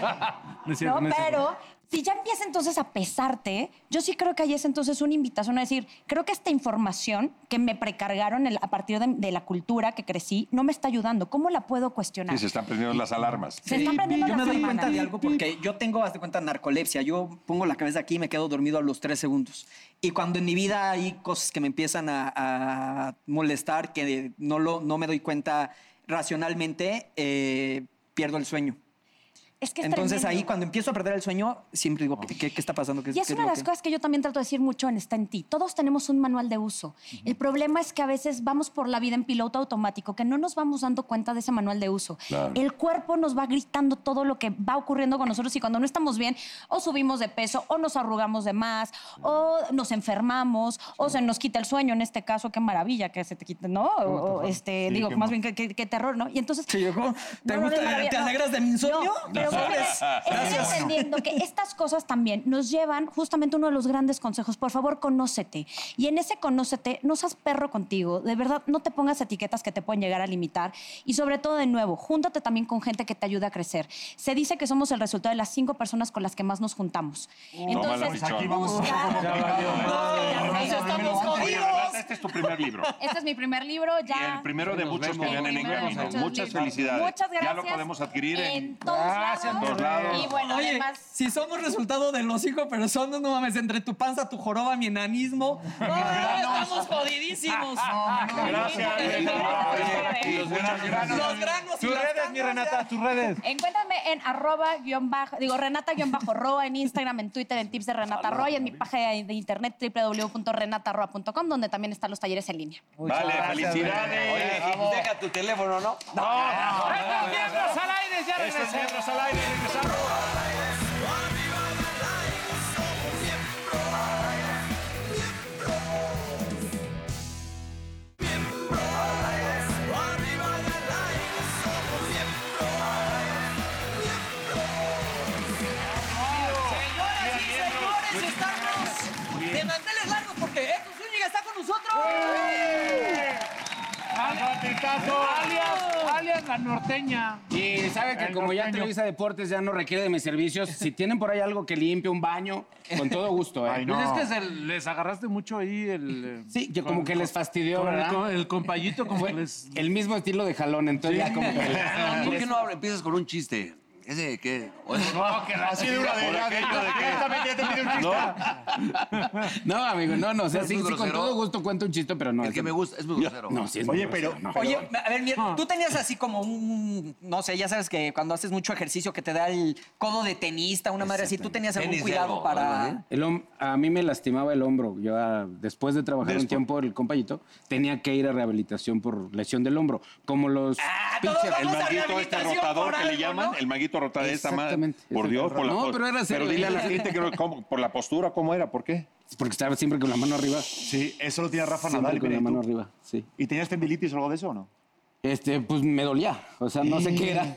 S11: No, pero si ya empieza entonces a pesarte, yo sí creo que ahí es entonces una invitación a decir, creo que esta información que me precargaron el- a partir de, de la cultura que crecí no me está ayudando. ¿Cómo la puedo cuestionar?
S1: Sí, se están prendiendo las alarmas.
S11: Se están
S6: Sí,
S11: prendiendo
S6: yo
S11: las
S6: me doy cuenta de
S11: hermanas.
S6: algo porque yo tengo, haz de cuenta, narcolepsia. Yo pongo la cabeza aquí y me quedo dormido a los tres segundos. Y cuando en mi vida hay cosas que me empiezan a, a molestar, que no, lo, no me doy cuenta racionalmente, eh, pierdo el sueño.
S11: Es que es
S6: Entonces ahí
S11: tremendo.
S6: cuando empiezo a perder el sueño, siempre digo, ¿qué, qué- qué está pasando? ¿Qué-
S11: Y es
S6: qué
S11: una de
S6: lo
S11: las
S6: que-
S11: cosas que yo también trato de decir mucho en Está en ti. Todos tenemos un manual de uso. El problema es que a veces vamos por la vida en piloto automático, que no nos vamos dando cuenta de ese manual de uso. El cuerpo nos va gritando todo lo que va ocurriendo con nosotros y cuando no estamos bien, o subimos de peso, o nos arrugamos de más, o nos enfermamos, o se nos quita el sueño. En este caso, qué maravilla que se te quite, ¿no? O- o, este, digo, más bien, qué, qué- qué terror, ¿no? Y entonces...
S6: Sí, yo como, ¿te,
S11: No, no, no,
S6: gusta-
S11: no, no,
S6: ¿te
S11: no.
S6: alegras de mi insomnio?
S11: No, pero bueno, es- estoy entendiendo que estas cosas también nos llevan justamente uno de los grandes consejos. Por favor, conócete. Y en ese conócete, no seas perro contigo. De verdad, no te pongas etiquetas que te pueden llegar a limitar. Y sobre todo, de nuevo, júntate también con gente que te ayude a crecer. Se dice que somos el resultado de las cinco personas con las que más nos juntamos.
S1: Uh, Tómala,
S11: Entonces,
S1: pichón.
S2: Aquí vamos un
S11: busca-
S2: poco
S11: estamos
S1: Oye,
S11: jodidos.
S1: Renata, este es tu primer libro.
S11: Este es mi primer libro,
S1: Y
S11: ya.
S1: el primero de muchos que
S11: El
S1: vienen en
S11: primero de
S1: camino.
S11: muchos
S1: Muchas
S11: libros.
S1: felicidades.
S11: Muchas gracias.
S1: Ya lo podemos adquirir
S11: en
S1: en...
S11: todos
S4: Gracias,
S11: lados.
S1: todos lados.
S11: Y bueno,
S6: Oye,
S11: además.
S6: si somos resultado de los cinco personas, no mames, entre tu panza, tu joroba, mi enanismo. ¡Ah, estamos jodidísimos.
S1: Gracias, Renata, por estar aquí. Muchas gracias.
S6: Los granos y
S4: Tus
S6: las
S4: redes, mi
S6: tangas,
S4: Renata, tus redes.
S11: Encuéntrame en arroba guión bajo, digo Renata guión bajo Roa en Instagram, en Twitter, en tips de Renata Roa y en mi página de internet www.renataroa.com donde también está a los talleres en línea.
S1: Vale, felicidades.
S3: Oye, deja tu teléfono, ¿no?
S4: ¡Venga, miembros al aire! ¡Ya
S1: Esto es
S4: regresé!
S1: Miembros al aire, regresamos.
S7: Señoras y señores, estamos de manteles largos porque Héctor Zúñiga está con nosotros.
S4: Alias, alias la norteña.
S8: Y sabe que
S4: El
S8: como ya
S4: norteño.
S8: Televisa Deportes ya no requiere de mis servicios, si tienen por ahí algo que limpie, un baño, con todo gusto, ¿eh?
S2: Ay, no.
S4: Pues es que se les agarraste mucho ahí el... eh,
S8: Sí, que como
S4: con-
S8: que les fastidió,
S4: con el
S8: ¿verdad?
S4: co- el compayito como
S8: Fue
S4: que les...
S8: el mismo estilo de jalón, entonces ya como que...
S3: ¿Por
S8: Pues,
S3: qué Ah, no hablas- empiezas con un chiste? ¿Ese de qué? O-
S2: Así de una de ya, de directamente ya te pide un chiste.
S8: No, amigo, no, no, o sea,
S3: ¿Es
S8: sí,
S3: muy
S8: sí, con
S3: grosero?
S8: todo gusto cuento un chiste, pero no.
S3: El
S8: es-
S3: que me gusta, es muy grosero.
S8: No, sí es
S2: Oye,
S8: muy grosero,
S2: pero-
S8: no.
S7: Oye, a ver, mira, tú tenías así como un, no sé, ya sabes que cuando haces mucho ejercicio que te da el codo de tenista, una madre así, tú tenías algún
S3: Tenis de
S7: cuidado
S3: algo, algo
S7: para...
S8: El hom- a mí me lastimaba el hombro. Yo, ah, después de trabajar un tiempo, el compañito tenía que ir a rehabilitación por lesión del hombro. Como los.
S7: Ah, todos
S8: pinches-
S7: vamos
S8: el
S7: a
S8: manguito
S1: Todo este
S7: rehabilitación
S1: rotador
S7: por
S1: que le
S7: algo,
S1: llaman,
S7: ¿no?
S1: el manguito rotador de esta madre.
S8: Exactamente.
S1: Por Dios, por la
S8: No,
S1: pos-
S8: pero era serio.
S1: dile a la gente que no- ¿cómo? por la postura, ¿cómo era? ¿Por qué?
S8: Porque estaba siempre con la mano arriba.
S2: Sí, eso lo tiene Rafa
S8: Siempre
S2: Nadal.
S8: con la
S2: mira, ¿y
S8: mano
S2: tú?
S8: arriba, sí.
S2: ¿Y tenías tendilitis o algo de eso o no?
S8: Este, pues me dolía. O sea, no sé qué era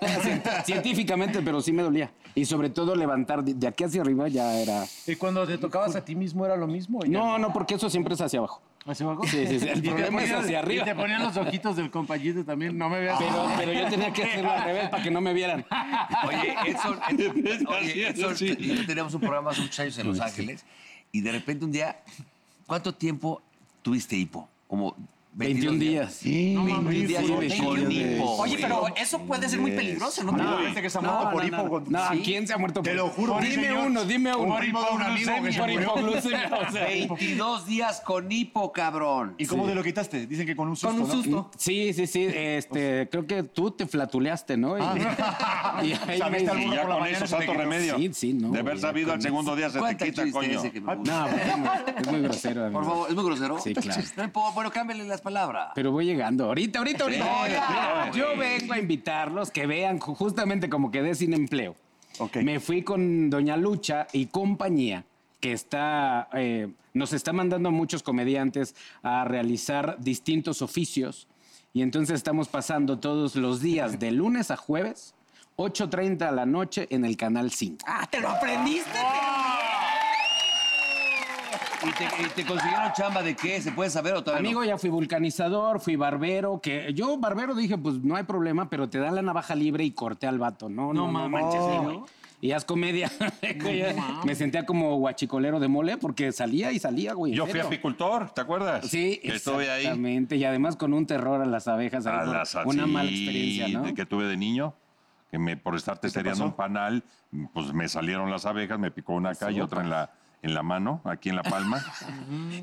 S8: científicamente, pero sí me dolía. Y sobre todo levantar de de aquí hacia arriba ya era.
S4: Y cuando te tocabas a ti mismo era lo mismo. ¿o ya?
S8: No, no, porque eso siempre es hacia abajo.
S4: ¿Hacia abajo?
S8: Sí, sí, sí, el
S4: Y te
S8: problema es
S4: ponían-
S8: hacia arriba.
S4: Y te ponían los ojitos del compayito también. No me veas.
S8: Pero,
S3: Oh.
S8: pero yo tenía que hacerlo al revés para que no me vieran.
S3: Oye, Edson, Edson, oye, Edson,
S1: Sí.
S3: y yo teníamos un programa hace muchos años en Los Ángeles y de repente un día, ¿cuánto tiempo tuviste hipo? Como
S8: 21
S3: 22
S8: días.
S3: No, 21 días
S8: sí,
S3: con-
S8: 21
S3: con
S8: días.
S3: hipo.
S7: Oye,
S3: güey.
S7: pero eso puede ser muy peligroso, ¿no?
S2: No, dice que se ha muerto por hipo.
S8: No,
S2: con- Sí.
S8: ¿quién se ha muerto?
S2: Te lo juro, sí,
S8: Dime
S2: señor.
S8: uno, dime uno.
S2: Por hipo de un amigo que se
S8: Por
S2: murió.
S8: hipoglucemia, o sea.
S3: 22 días con hipo, cabrón.
S2: ¿Y cómo te lo quitaste? Dicen que con un susto.
S7: Con un
S2: ¿no?
S7: susto.
S8: Sí, sí, sí. Este, creo que tú te flatuleaste, ¿no? Y, y ahí
S2: Sabiste
S8: me-
S2: algo.
S1: Y ya
S2: por la
S1: con
S2: mañana
S1: eso
S2: se te
S1: santo
S2: quitó.
S1: remedio.
S8: Sí, sí, no,
S1: De haber
S8: ya
S1: sabido
S8: con
S1: al segundo día se te
S3: Cuenta el
S1: quita,
S3: chiste
S1: coño.
S3: ese que me gusta.
S8: No, bueno, es muy grosero. amigo.
S3: Por favor, ¿es muy grosero?
S8: Sí, claro.
S3: No importa, Bueno, cámbiale las palabras.
S8: Pero voy llegando. Ahorita, ahorita, ahorita. Mira,
S3: güey.
S8: yo vengo a invitarlos que vean ju- justamente como quedé sin empleo.
S2: Ok.
S8: Me fui con Doña Lucha y compañía, que está, eh, nos está mandando a muchos comediantes a realizar distintos oficios. Y entonces estamos pasando todos los días, de lunes a jueves, 8.30 a la noche en el Canal 5.
S7: Ah, ¿te lo aprendiste?
S3: ¿Y te, y te consiguieron chamba de qué? ¿Se puede saber o todavía
S8: Amigo, ya fui vulcanizador, fui barbero, que yo barbero dije, pues no hay problema, pero te dan la navaja libre y corté al vato, ¿no? No, no, manches, güey. Y haz comedia. me sentía como guachicolero de mole porque salía y salía, güey. en
S1: Yo fui
S8: serio.
S1: apicultor, ¿te acuerdas?
S8: Sí,
S1: Que estuve ahí.
S8: exactamente. Y además con un terror a las abejas.
S1: A
S8: algo-
S1: las-
S8: una
S1: sí,
S8: mala experiencia, ¿no?
S1: de- Que tuve de niño, que me, por estar testereando un panal, pues me salieron las abejas, me picó una acá y otra en la, en la mano, aquí en la palma.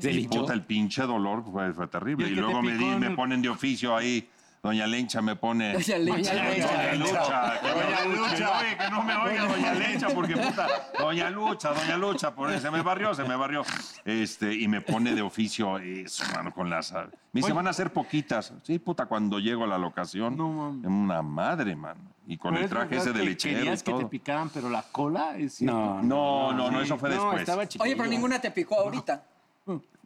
S8: Se
S1: y
S8: linchó.
S1: puta, el pinche dolor fue, fue terrible.
S4: ¿Y el
S1: Y,
S4: que te
S1: luego me,
S4: picó
S1: di-
S4: en
S1: me
S4: el-
S1: ponen de oficio ahí. Doña Lencha me pone. Doña Lencha. Doña Lucha. Doña Lucha. Oye, que no me oiga Doña Lencha, porque puta. Doña Lucha, Doña Lucha. Por se me barrió, se me barrió. Este, y me pone de oficio eso, mano, con las. ah, Me dice, van a ser poquitas. Sí, puta, cuando llego a la locación.
S4: No mames.
S1: Una madre, mano. Y con
S4: Pero
S1: el
S4: es
S1: traje
S4: verdad
S1: ese de
S4: que
S1: lechero y
S4: Querías que te
S1: todo.
S4: picaran, pero la cola es
S8: No,
S1: No, no, no, eso fue
S8: No,
S1: después.
S8: estaba chiquillo.
S7: Oye, pero ninguna te picó ahorita.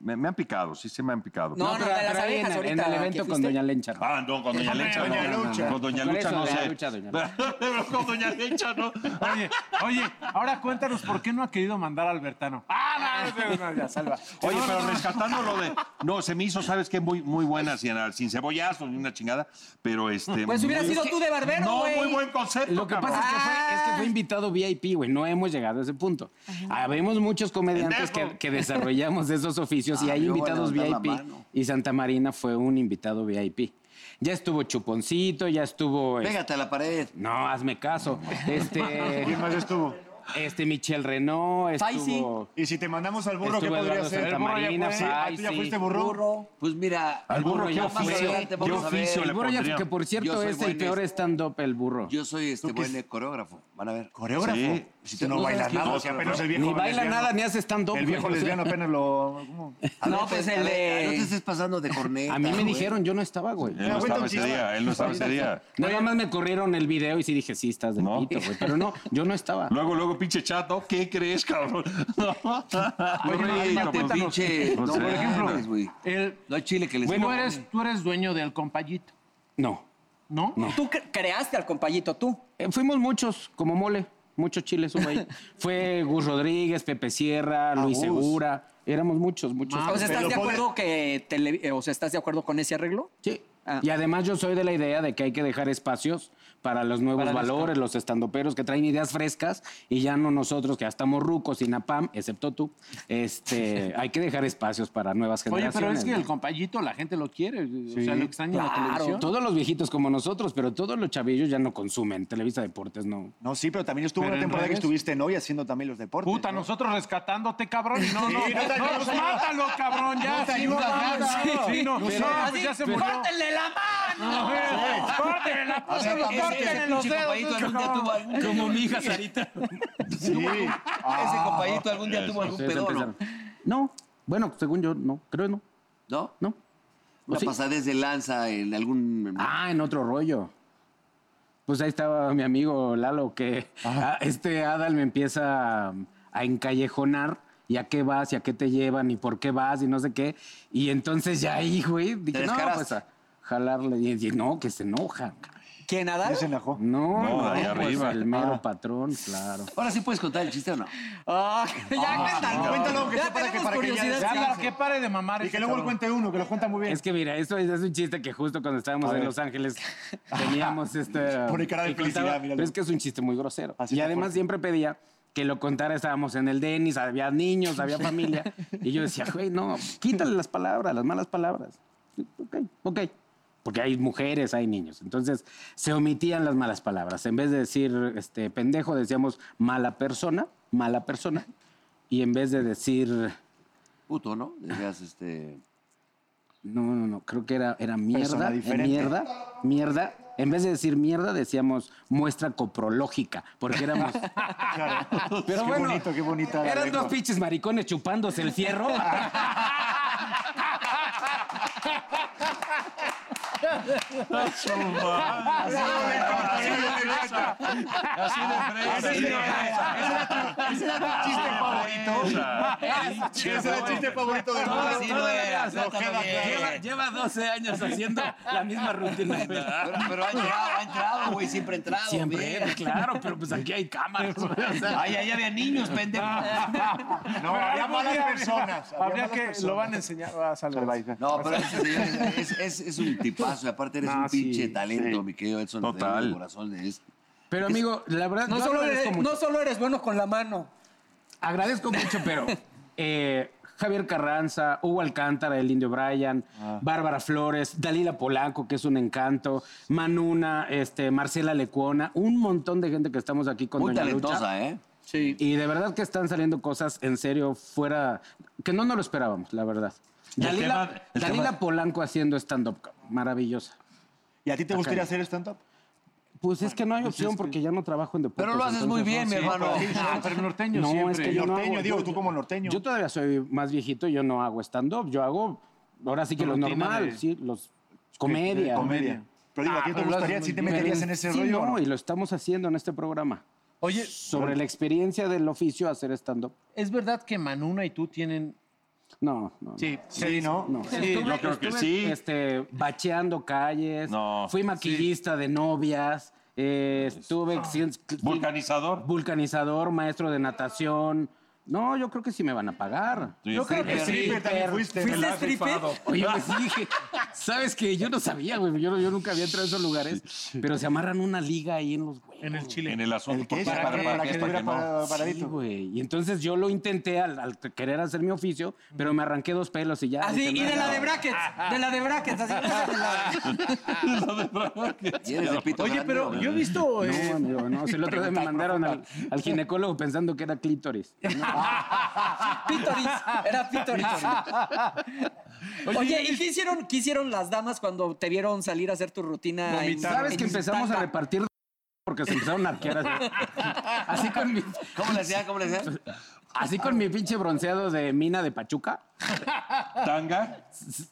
S1: Me, me han picado, sí se me han picado.
S7: No, no,
S8: pero-
S7: de las
S8: pero ahí en,
S7: abejas
S8: el- en
S7: ahorita
S8: el
S7: que
S8: evento con
S7: fuiste.
S8: Doña Lencha.
S1: Ah, no, con Doña Lencha.
S2: Doña
S1: no.
S2: Lucha.
S1: Con Doña
S8: Por
S1: Lucha
S8: eso,
S1: no
S8: Doña
S1: sé.
S8: Lucha, Doña
S1: Pero con Doña Lencha no.
S4: Oye, oye, ahora cuéntanos por qué no ha querido mandar a Albertano. Ah, no, no, no, no, ya, salva.
S1: Oye, pero rescatando lo de. No, se me hizo, ¿sabes qué? Muy, muy buena, sin, sin cebollazos ni una chingada. Pero este.
S7: Pues hubieras
S1: muy-
S7: sido tú de barbero,
S1: No,
S7: güey.
S1: muy buen concepto.
S8: Lo que
S1: cabrón.
S8: pasa es que, fue, es que fue invitado VIP, güey. No hemos llegado a ese punto. Habemos muchos comediantes que,
S1: Pendejo.
S8: que desarrollamos esos oficios y
S3: Ah,
S8: hay
S3: yo voy a
S8: invitados
S3: levantar la
S8: VIP.
S3: mano.
S8: Y Santa Marina fue un invitado VIP. Ya estuvo Chuponcito, ya estuvo. eh,
S3: Pégate a la pared.
S8: No, hazme caso. Este.
S2: ¿Quién más estuvo?
S8: Este Michel Renault, estuvo.
S2: Y si te mandamos al burro, ¿qué
S8: Estuvo
S2: podría
S8: Eduardo
S2: ser?
S8: Santa
S2: El burro ya
S8: Marina,
S2: fue, ah, ¿Tú ya
S8: Faisy.
S2: fuiste burro?
S3: Pues mira,
S1: Al burro, ¿qué
S3: ya más
S1: oficio?
S3: adelante vamos
S1: ¿Qué
S3: a ver.
S1: oficio
S8: El
S1: le
S8: burro ya,
S1: pondría?
S8: que por
S3: Yo
S8: cierto
S3: soy
S8: es el
S3: buen
S8: peor
S3: este-
S8: stand-up, el burro.
S3: Yo soy este buen coreógrafo. Van a ver.
S2: ¿Coreógrafo?
S3: Sí.
S2: Si tú no bailas
S1: No,
S2: nada.
S1: si apenas el viejo
S8: Ni baila
S1: lesbiano-
S8: nada, ni hace stand-up.
S2: El viejo
S8: güey, o sea,
S2: lesbiano apenas lo... ¿cómo?
S7: No, pues el
S3: Ay, No te
S7: de.
S3: estés pasando de corneta.
S8: A mí me
S3: güey.
S8: dijeron, yo no estaba, güey.
S12: Él no estaba ese día, él no estaba ese día.
S8: Nada más me corrieron el video y sí dije, sí, estás de
S12: No.
S8: pito, güey. Pero no, yo no estaba.
S12: Luego, luego, pinche chato, ¿qué crees, cabrón? No,
S3: Ay,
S12: no,
S3: mate, pinche. No, por ejemplo, güey.
S4: El,
S3: No hay chile que les
S4: tú, eres, tú eres dueño del compayito,
S8: No.
S4: ¿no?
S7: Tú cre- creaste al compayito, tú.
S8: Eh, fuimos muchos, como mole. Muchos chiles hubo ahí. Fue Gus Rodríguez, Pepe Sierra, Luis Segura. Éramos muchos, muchos.
S7: Ah, O sea, ¿estás
S1: Pero
S7: de
S1: pobre-
S7: acuerdo que tele- eh, o sea, ¿estás de acuerdo con ese arreglo?
S8: Sí.
S7: Ah.
S8: Y además yo soy de la idea de que hay que dejar espacios para los nuevos valores, los estandoperos que traen ideas frescas y ya no nosotros que ya estamos rucos y napam, excepto tú. Este, hay que dejar espacios para nuevas
S4: Oye,
S8: generaciones.
S4: pero es que el
S8: ¿no?
S4: compayito la gente lo quiere, o sea, lo extraña en la
S8: Claro,
S4: televisión.
S8: todos los viejitos como nosotros, pero todos los chavillos ya no consumen Televisa Deportes, no.
S2: No, sí, pero también estuvo
S4: Pero
S2: una
S4: en
S2: temporada que
S4: redes.
S2: estuviste en hoy haciendo también los deportes.
S4: Puta,
S2: ¿no?
S4: nosotros rescatándote, cabrón. y No, no,
S2: Sí, no te
S4: no,
S2: ayudas,
S4: pues
S2: no.
S4: mátalo, cabrón, ya.
S2: No te
S4: sí,
S2: ayudas,
S4: no,
S2: nada.
S4: sí, sí, no,
S2: Pero-
S4: no, pues ya se murió.
S7: ¡Córtenle la mano!
S4: A ver, córtenle la
S3: O
S4: cosa,
S3: sea, ese-
S4: córtenle
S3: ese
S4: los
S3: pinche
S4: dedos.
S3: compañito
S4: ese
S3: algún día
S4: cabrón.
S3: tuvo algún-
S8: Como mi hija Sarita.
S2: Sí.
S3: Ese compañito algún día tuvo algún pedo, ¿no?
S8: No, bueno, según yo, no, creo no,
S3: ¿no?
S8: no.
S3: Una
S8: sí?
S3: pasadez de lanza en algún.
S8: Ah, en otro rollo. Pues ahí estaba mi amigo Lalo, que ah, este Adal me empieza a, a encallejonar y a qué vas y a qué te llevan y por qué vas y no sé qué. Y entonces ya ahí, güey, dije, no,
S3: descaraste.
S8: pues a jalarle. Y dije, no, que se enoja.
S7: ¿Quién Adal?
S2: Ya se enojó.
S8: No,
S12: No,
S8: no,
S12: ahí
S8: pues,
S12: arriba. Ah.
S8: el mero patrón, claro.
S3: Ahora sí puedes contar el chiste o no.
S7: Ah, ya cuéntalo.
S2: Cuéntalo, aunque
S7: ya
S2: sea para
S7: tenemos
S2: que- para que ya-
S7: curiosidad.
S4: Ya, para que pare de mamar
S2: Y
S4: ese
S2: que luego lo
S4: cabrón.
S2: cuente uno, que lo cuenta muy bien.
S8: Es que mira, eso es, es un chiste que justo cuando estábamos en Los Ángeles teníamos este.
S2: Pone cara de
S8: y contaba-
S2: felicidad, míralo.
S8: pero es que es un chiste muy grosero.
S2: Así
S8: y
S2: está
S8: además
S2: fuerte.
S8: siempre pedía que lo contara, estábamos en el Denis, había niños, había familia. y yo decía, güey, no, quítale las palabras, las malas palabras. Ok, ok. Porque hay mujeres, hay niños. Entonces se omitían las malas palabras. En vez de decir este, pendejo, decíamos mala persona, mala persona. Y en vez de decir.
S3: Puto, ¿no? Decías, este.
S8: No, no, no, creo que era, era mierda, eh,
S2: diferente.
S8: mierda, mierda. En vez de decir mierda, decíamos muestra coprológica, porque éramos... Pero
S2: qué
S8: bueno,
S2: bonito, qué bonita. la
S8: eran
S2: lengua.
S8: dos pinches maricones chupándose el fierro.
S1: Ah,
S2: Ah,
S12: Así de fresa.
S2: Ese
S1: Ah,
S2: era tu chiste favorito. Ese era el chiste favorito de Rodas.
S3: sí, no era, no estaba bien.
S8: lleva, lleva 12 años haciendo la misma rutina. güey.
S3: Pero, pero ha entrado, ha entrado, güey, siempre ha entrado.
S8: Siempre,
S3: bien.
S8: claro, pero pues aquí hay cámaras. güey, o sea.
S3: Ay, ahí había niños, pendejo.
S2: No, había
S4: algún
S2: malas
S4: día-
S2: personas. había
S4: Habría
S2: malas
S4: que
S2: personas.
S4: lo van a enseñar a salvar.
S3: No, pero ese señor es, es- es- es un tipazo. Y aparte eres un pinche talento, mi querido Edson. de
S12: Total.
S3: verdad, de corazón es-
S8: Pero amigo, la verdad,
S7: No
S8: yo
S7: solo,
S8: agradezco
S7: eres,
S8: mucho.
S7: no solo eres bueno con la mano.
S8: Agradezco mucho, pero eh, Javier Carranza, Hugo Alcántara, el Indio Bryan, Bárbara Flores, Dalila Polanco, que es un encanto, Manuna, este, Marcela Lecuona, un montón de gente que estamos aquí con
S3: Muy
S8: Doña
S3: talentosa,
S8: Lucha.
S3: ¿eh?
S7: Sí.
S8: Y de verdad que están saliendo cosas en serio fuera, que no nos lo esperábamos, la verdad.
S12: El
S8: Dalila,
S12: tema- el
S8: Dalila
S12: tema-
S8: Polanco haciendo stand-up, maravillosa.
S2: ¿Y a ti te gustaría hacer stand-up?
S8: Pues es que no hay opción porque ya no trabajo en deportes.
S3: Pero lo haces muy
S8: entonces,
S3: bien, mi hermano.
S4: Pero norteño
S8: No,
S4: siempre.
S8: es que yo no
S2: Norteño,
S8: hago-
S2: digo,
S8: yo-
S2: tú como norteño.
S8: Yo todavía soy más viejito, yo no hago stand-up, yo hago ahora sí que lo
S4: Rutina
S8: normal,
S4: de-
S8: sí, los comedia.
S2: Comedia. Pero digo, ¿a ti te
S8: pero lo
S2: gustaría
S8: haces
S2: si te
S8: muy bien.
S2: meterías en ese
S8: Sí,
S2: rollo? o
S8: No,
S2: no?
S8: y lo estamos haciendo en este programa.
S4: Oye,
S8: Sobre la experiencia del oficio hacer stand-up.
S4: ¿es verdad que Manuna y tú tienen...
S8: No, no.
S4: Sí,
S2: Sí, ¿no?
S8: No.
S4: Sí,
S12: yo creo que
S8: estuve,
S12: sí.
S8: Este, bacheando calles.
S12: No.
S8: Fui maquillista de novias. eh, estuve
S4: Ah.
S12: Vulcanizador.
S8: vulcanizador, maestro de natación. No, yo creo que sí me van a pagar.
S12: Yo creo
S2: Que sí, pero también fuiste.
S7: ¿Fuiste
S2: ¿verdad?
S7: stripper?
S8: Oye, pues sí dije, ¿sabes que Yo no sabía, güey. Yo, no- yo nunca había entrado a esos lugares. Pero se amarran una liga ahí en los güeyes.
S4: En el Chile.
S12: En el asunto.
S2: ¿El qué?
S12: por favor,
S2: Para que- para que estuviera
S12: no.
S2: pa-
S8: Sí,
S2: paradito.
S8: güey. Y entonces yo lo intenté al, al querer hacer mi oficio, pero me arranqué dos pelos y ya.
S7: Así,
S8: dije,
S7: Ah, y
S8: "No".
S7: de la de brackets. De la de brackets. Así,
S3: Y eres de pito
S4: Oye,
S3: grande,
S4: pero
S3: hombre.
S4: yo he visto... eh,
S8: No, amigo, no. Si el otro día me mandaron al, al ginecólogo pensando que era clítoris.
S7: Pítoris. Era Pítoris. Oye, ¿y qué hicieron, qué hicitaron las damas cuando te vieron salir a hacer tu rutina? en-
S8: ¿Sabes que
S7: en
S8: empezamos a
S7: stand-up?
S8: repartir porque se empezaron a arquear así. Así con mi...
S3: ¿Cómo le hacía? ¿Cómo le hacía?
S8: Así con mi pinche bronceado de mina de Pachuca.
S12: ¿Tanga?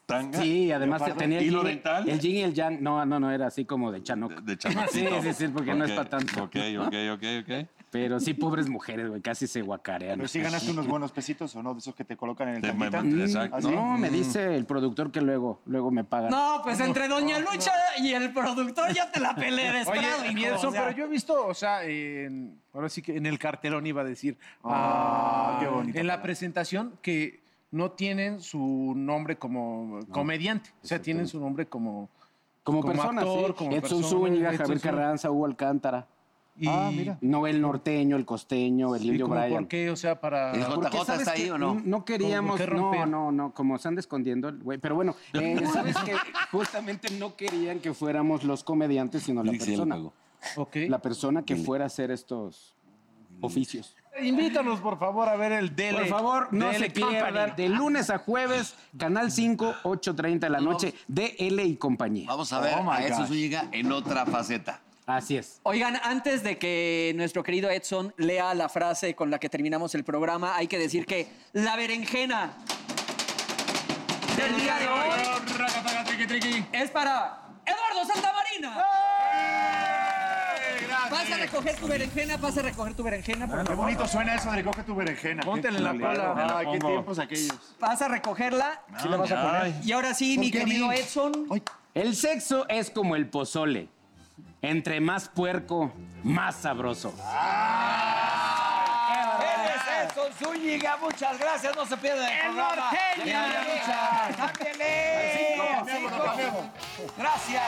S12: ¿Tanga?
S1: Ah,
S8: Sí, además
S12: ¿Leopardo?
S8: tenía el
S12: ¿Hilo
S8: yin-
S12: dental?
S8: El yin y el yang. No, no, no, era así como de chanoc.
S12: De chamacito.
S8: Sí, sí, sí, porque no es
S12: Ok,
S8: para tanto.
S12: Ok, ok, ok, ok.
S8: Pero sí, pobres mujeres, güey, casi se guacarean.
S2: Pero si ganaste unos buenos pesitos o no, de esos que te colocan en el
S12: Te- me-
S2: tampita.
S12: me-
S2: ¿Ah,
S12: exacto.
S2: sí?
S8: Mm, No, me dice el productor que luego, luego me pagan.
S7: No, pues entre Doña Lucha y el productor ya te la peleé de
S4: Oye,
S7: estrado,
S4: y
S7: hijo,
S4: eso,
S7: o sea.
S4: pero yo he visto, o sea, en- ahora sí que en el cartelón iba a decir,
S2: Ah,
S4: ah,
S2: qué bonito.
S4: en la presentación que no tienen su nombre como comediante, o sea, tienen su nombre como,
S8: Como, persona,
S4: actor,
S8: sí.
S4: como
S8: Edson
S4: persona,
S8: Zúñiga,
S4: Edson
S8: Javier
S4: Zúñiga.
S8: Carranza, Hugo Alcántara.
S4: Y,
S2: Ah, mira.
S8: No el norteño, el costeño, el
S4: y
S8: indio
S4: como
S8: Brian.
S4: ¿Por qué? O sea, para...
S3: ¿El
S8: Porque,
S3: JJ
S8: ¿sabes
S3: está
S8: qué?
S3: ahí o no?
S8: N- No queríamos,
S4: qué
S8: no,
S4: romper?
S8: no, no, como se anda escondiendo el güey. Pero bueno, eh, ¿sabes que Justamente no querían que fuéramos los comediantes, sino la
S3: Sí, sí, lo
S8: persona.
S3: pagó.
S4: Ok.
S8: La persona que fuera a hacer estos oficios.
S4: Invítanos, por favor, a ver el Dele.
S8: Por favor, no
S4: Dele
S8: se
S4: Company.
S8: pierdan. De lunes a jueves,
S7: Ah.
S8: Canal 5, 8.30 de la noche, DL y compañía.
S3: Vamos a ver
S2: Oh, my
S3: a Edson
S2: gosh.
S3: Zúñiga en otra faceta.
S8: Así es.
S7: Oigan, antes de que nuestro querido Edson lea la frase con la que terminamos el programa, hay que decir que la berenjena del día de hoy es para Eduardo Santamarina. Vas a recoger tu berenjena, vas a recoger tu berenjena, por
S2: Qué
S7: favor.
S2: bonito suena eso de coge tu berenjena.
S4: Póntela en la
S2: Ay,
S4: pala.
S2: qué
S12: pongo.
S2: tiempos aquellos.
S7: Vas a recogerla.
S1: Ah.
S12: Ay,
S7: Y ahora sí, mi
S2: qué a
S7: querido
S2: mí?
S7: Edson,
S2: Ay,
S8: El sexo es como el pozole. Entre más puerco, más sabroso.
S4: Ah.
S7: Él es Edson Zúñiga, muchas gracias, no se pierdan el, programa. ¡El norteño! ¡Cámbiale! Cinco. Gracias.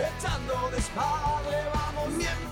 S9: Echando desmadre, vamos miembros.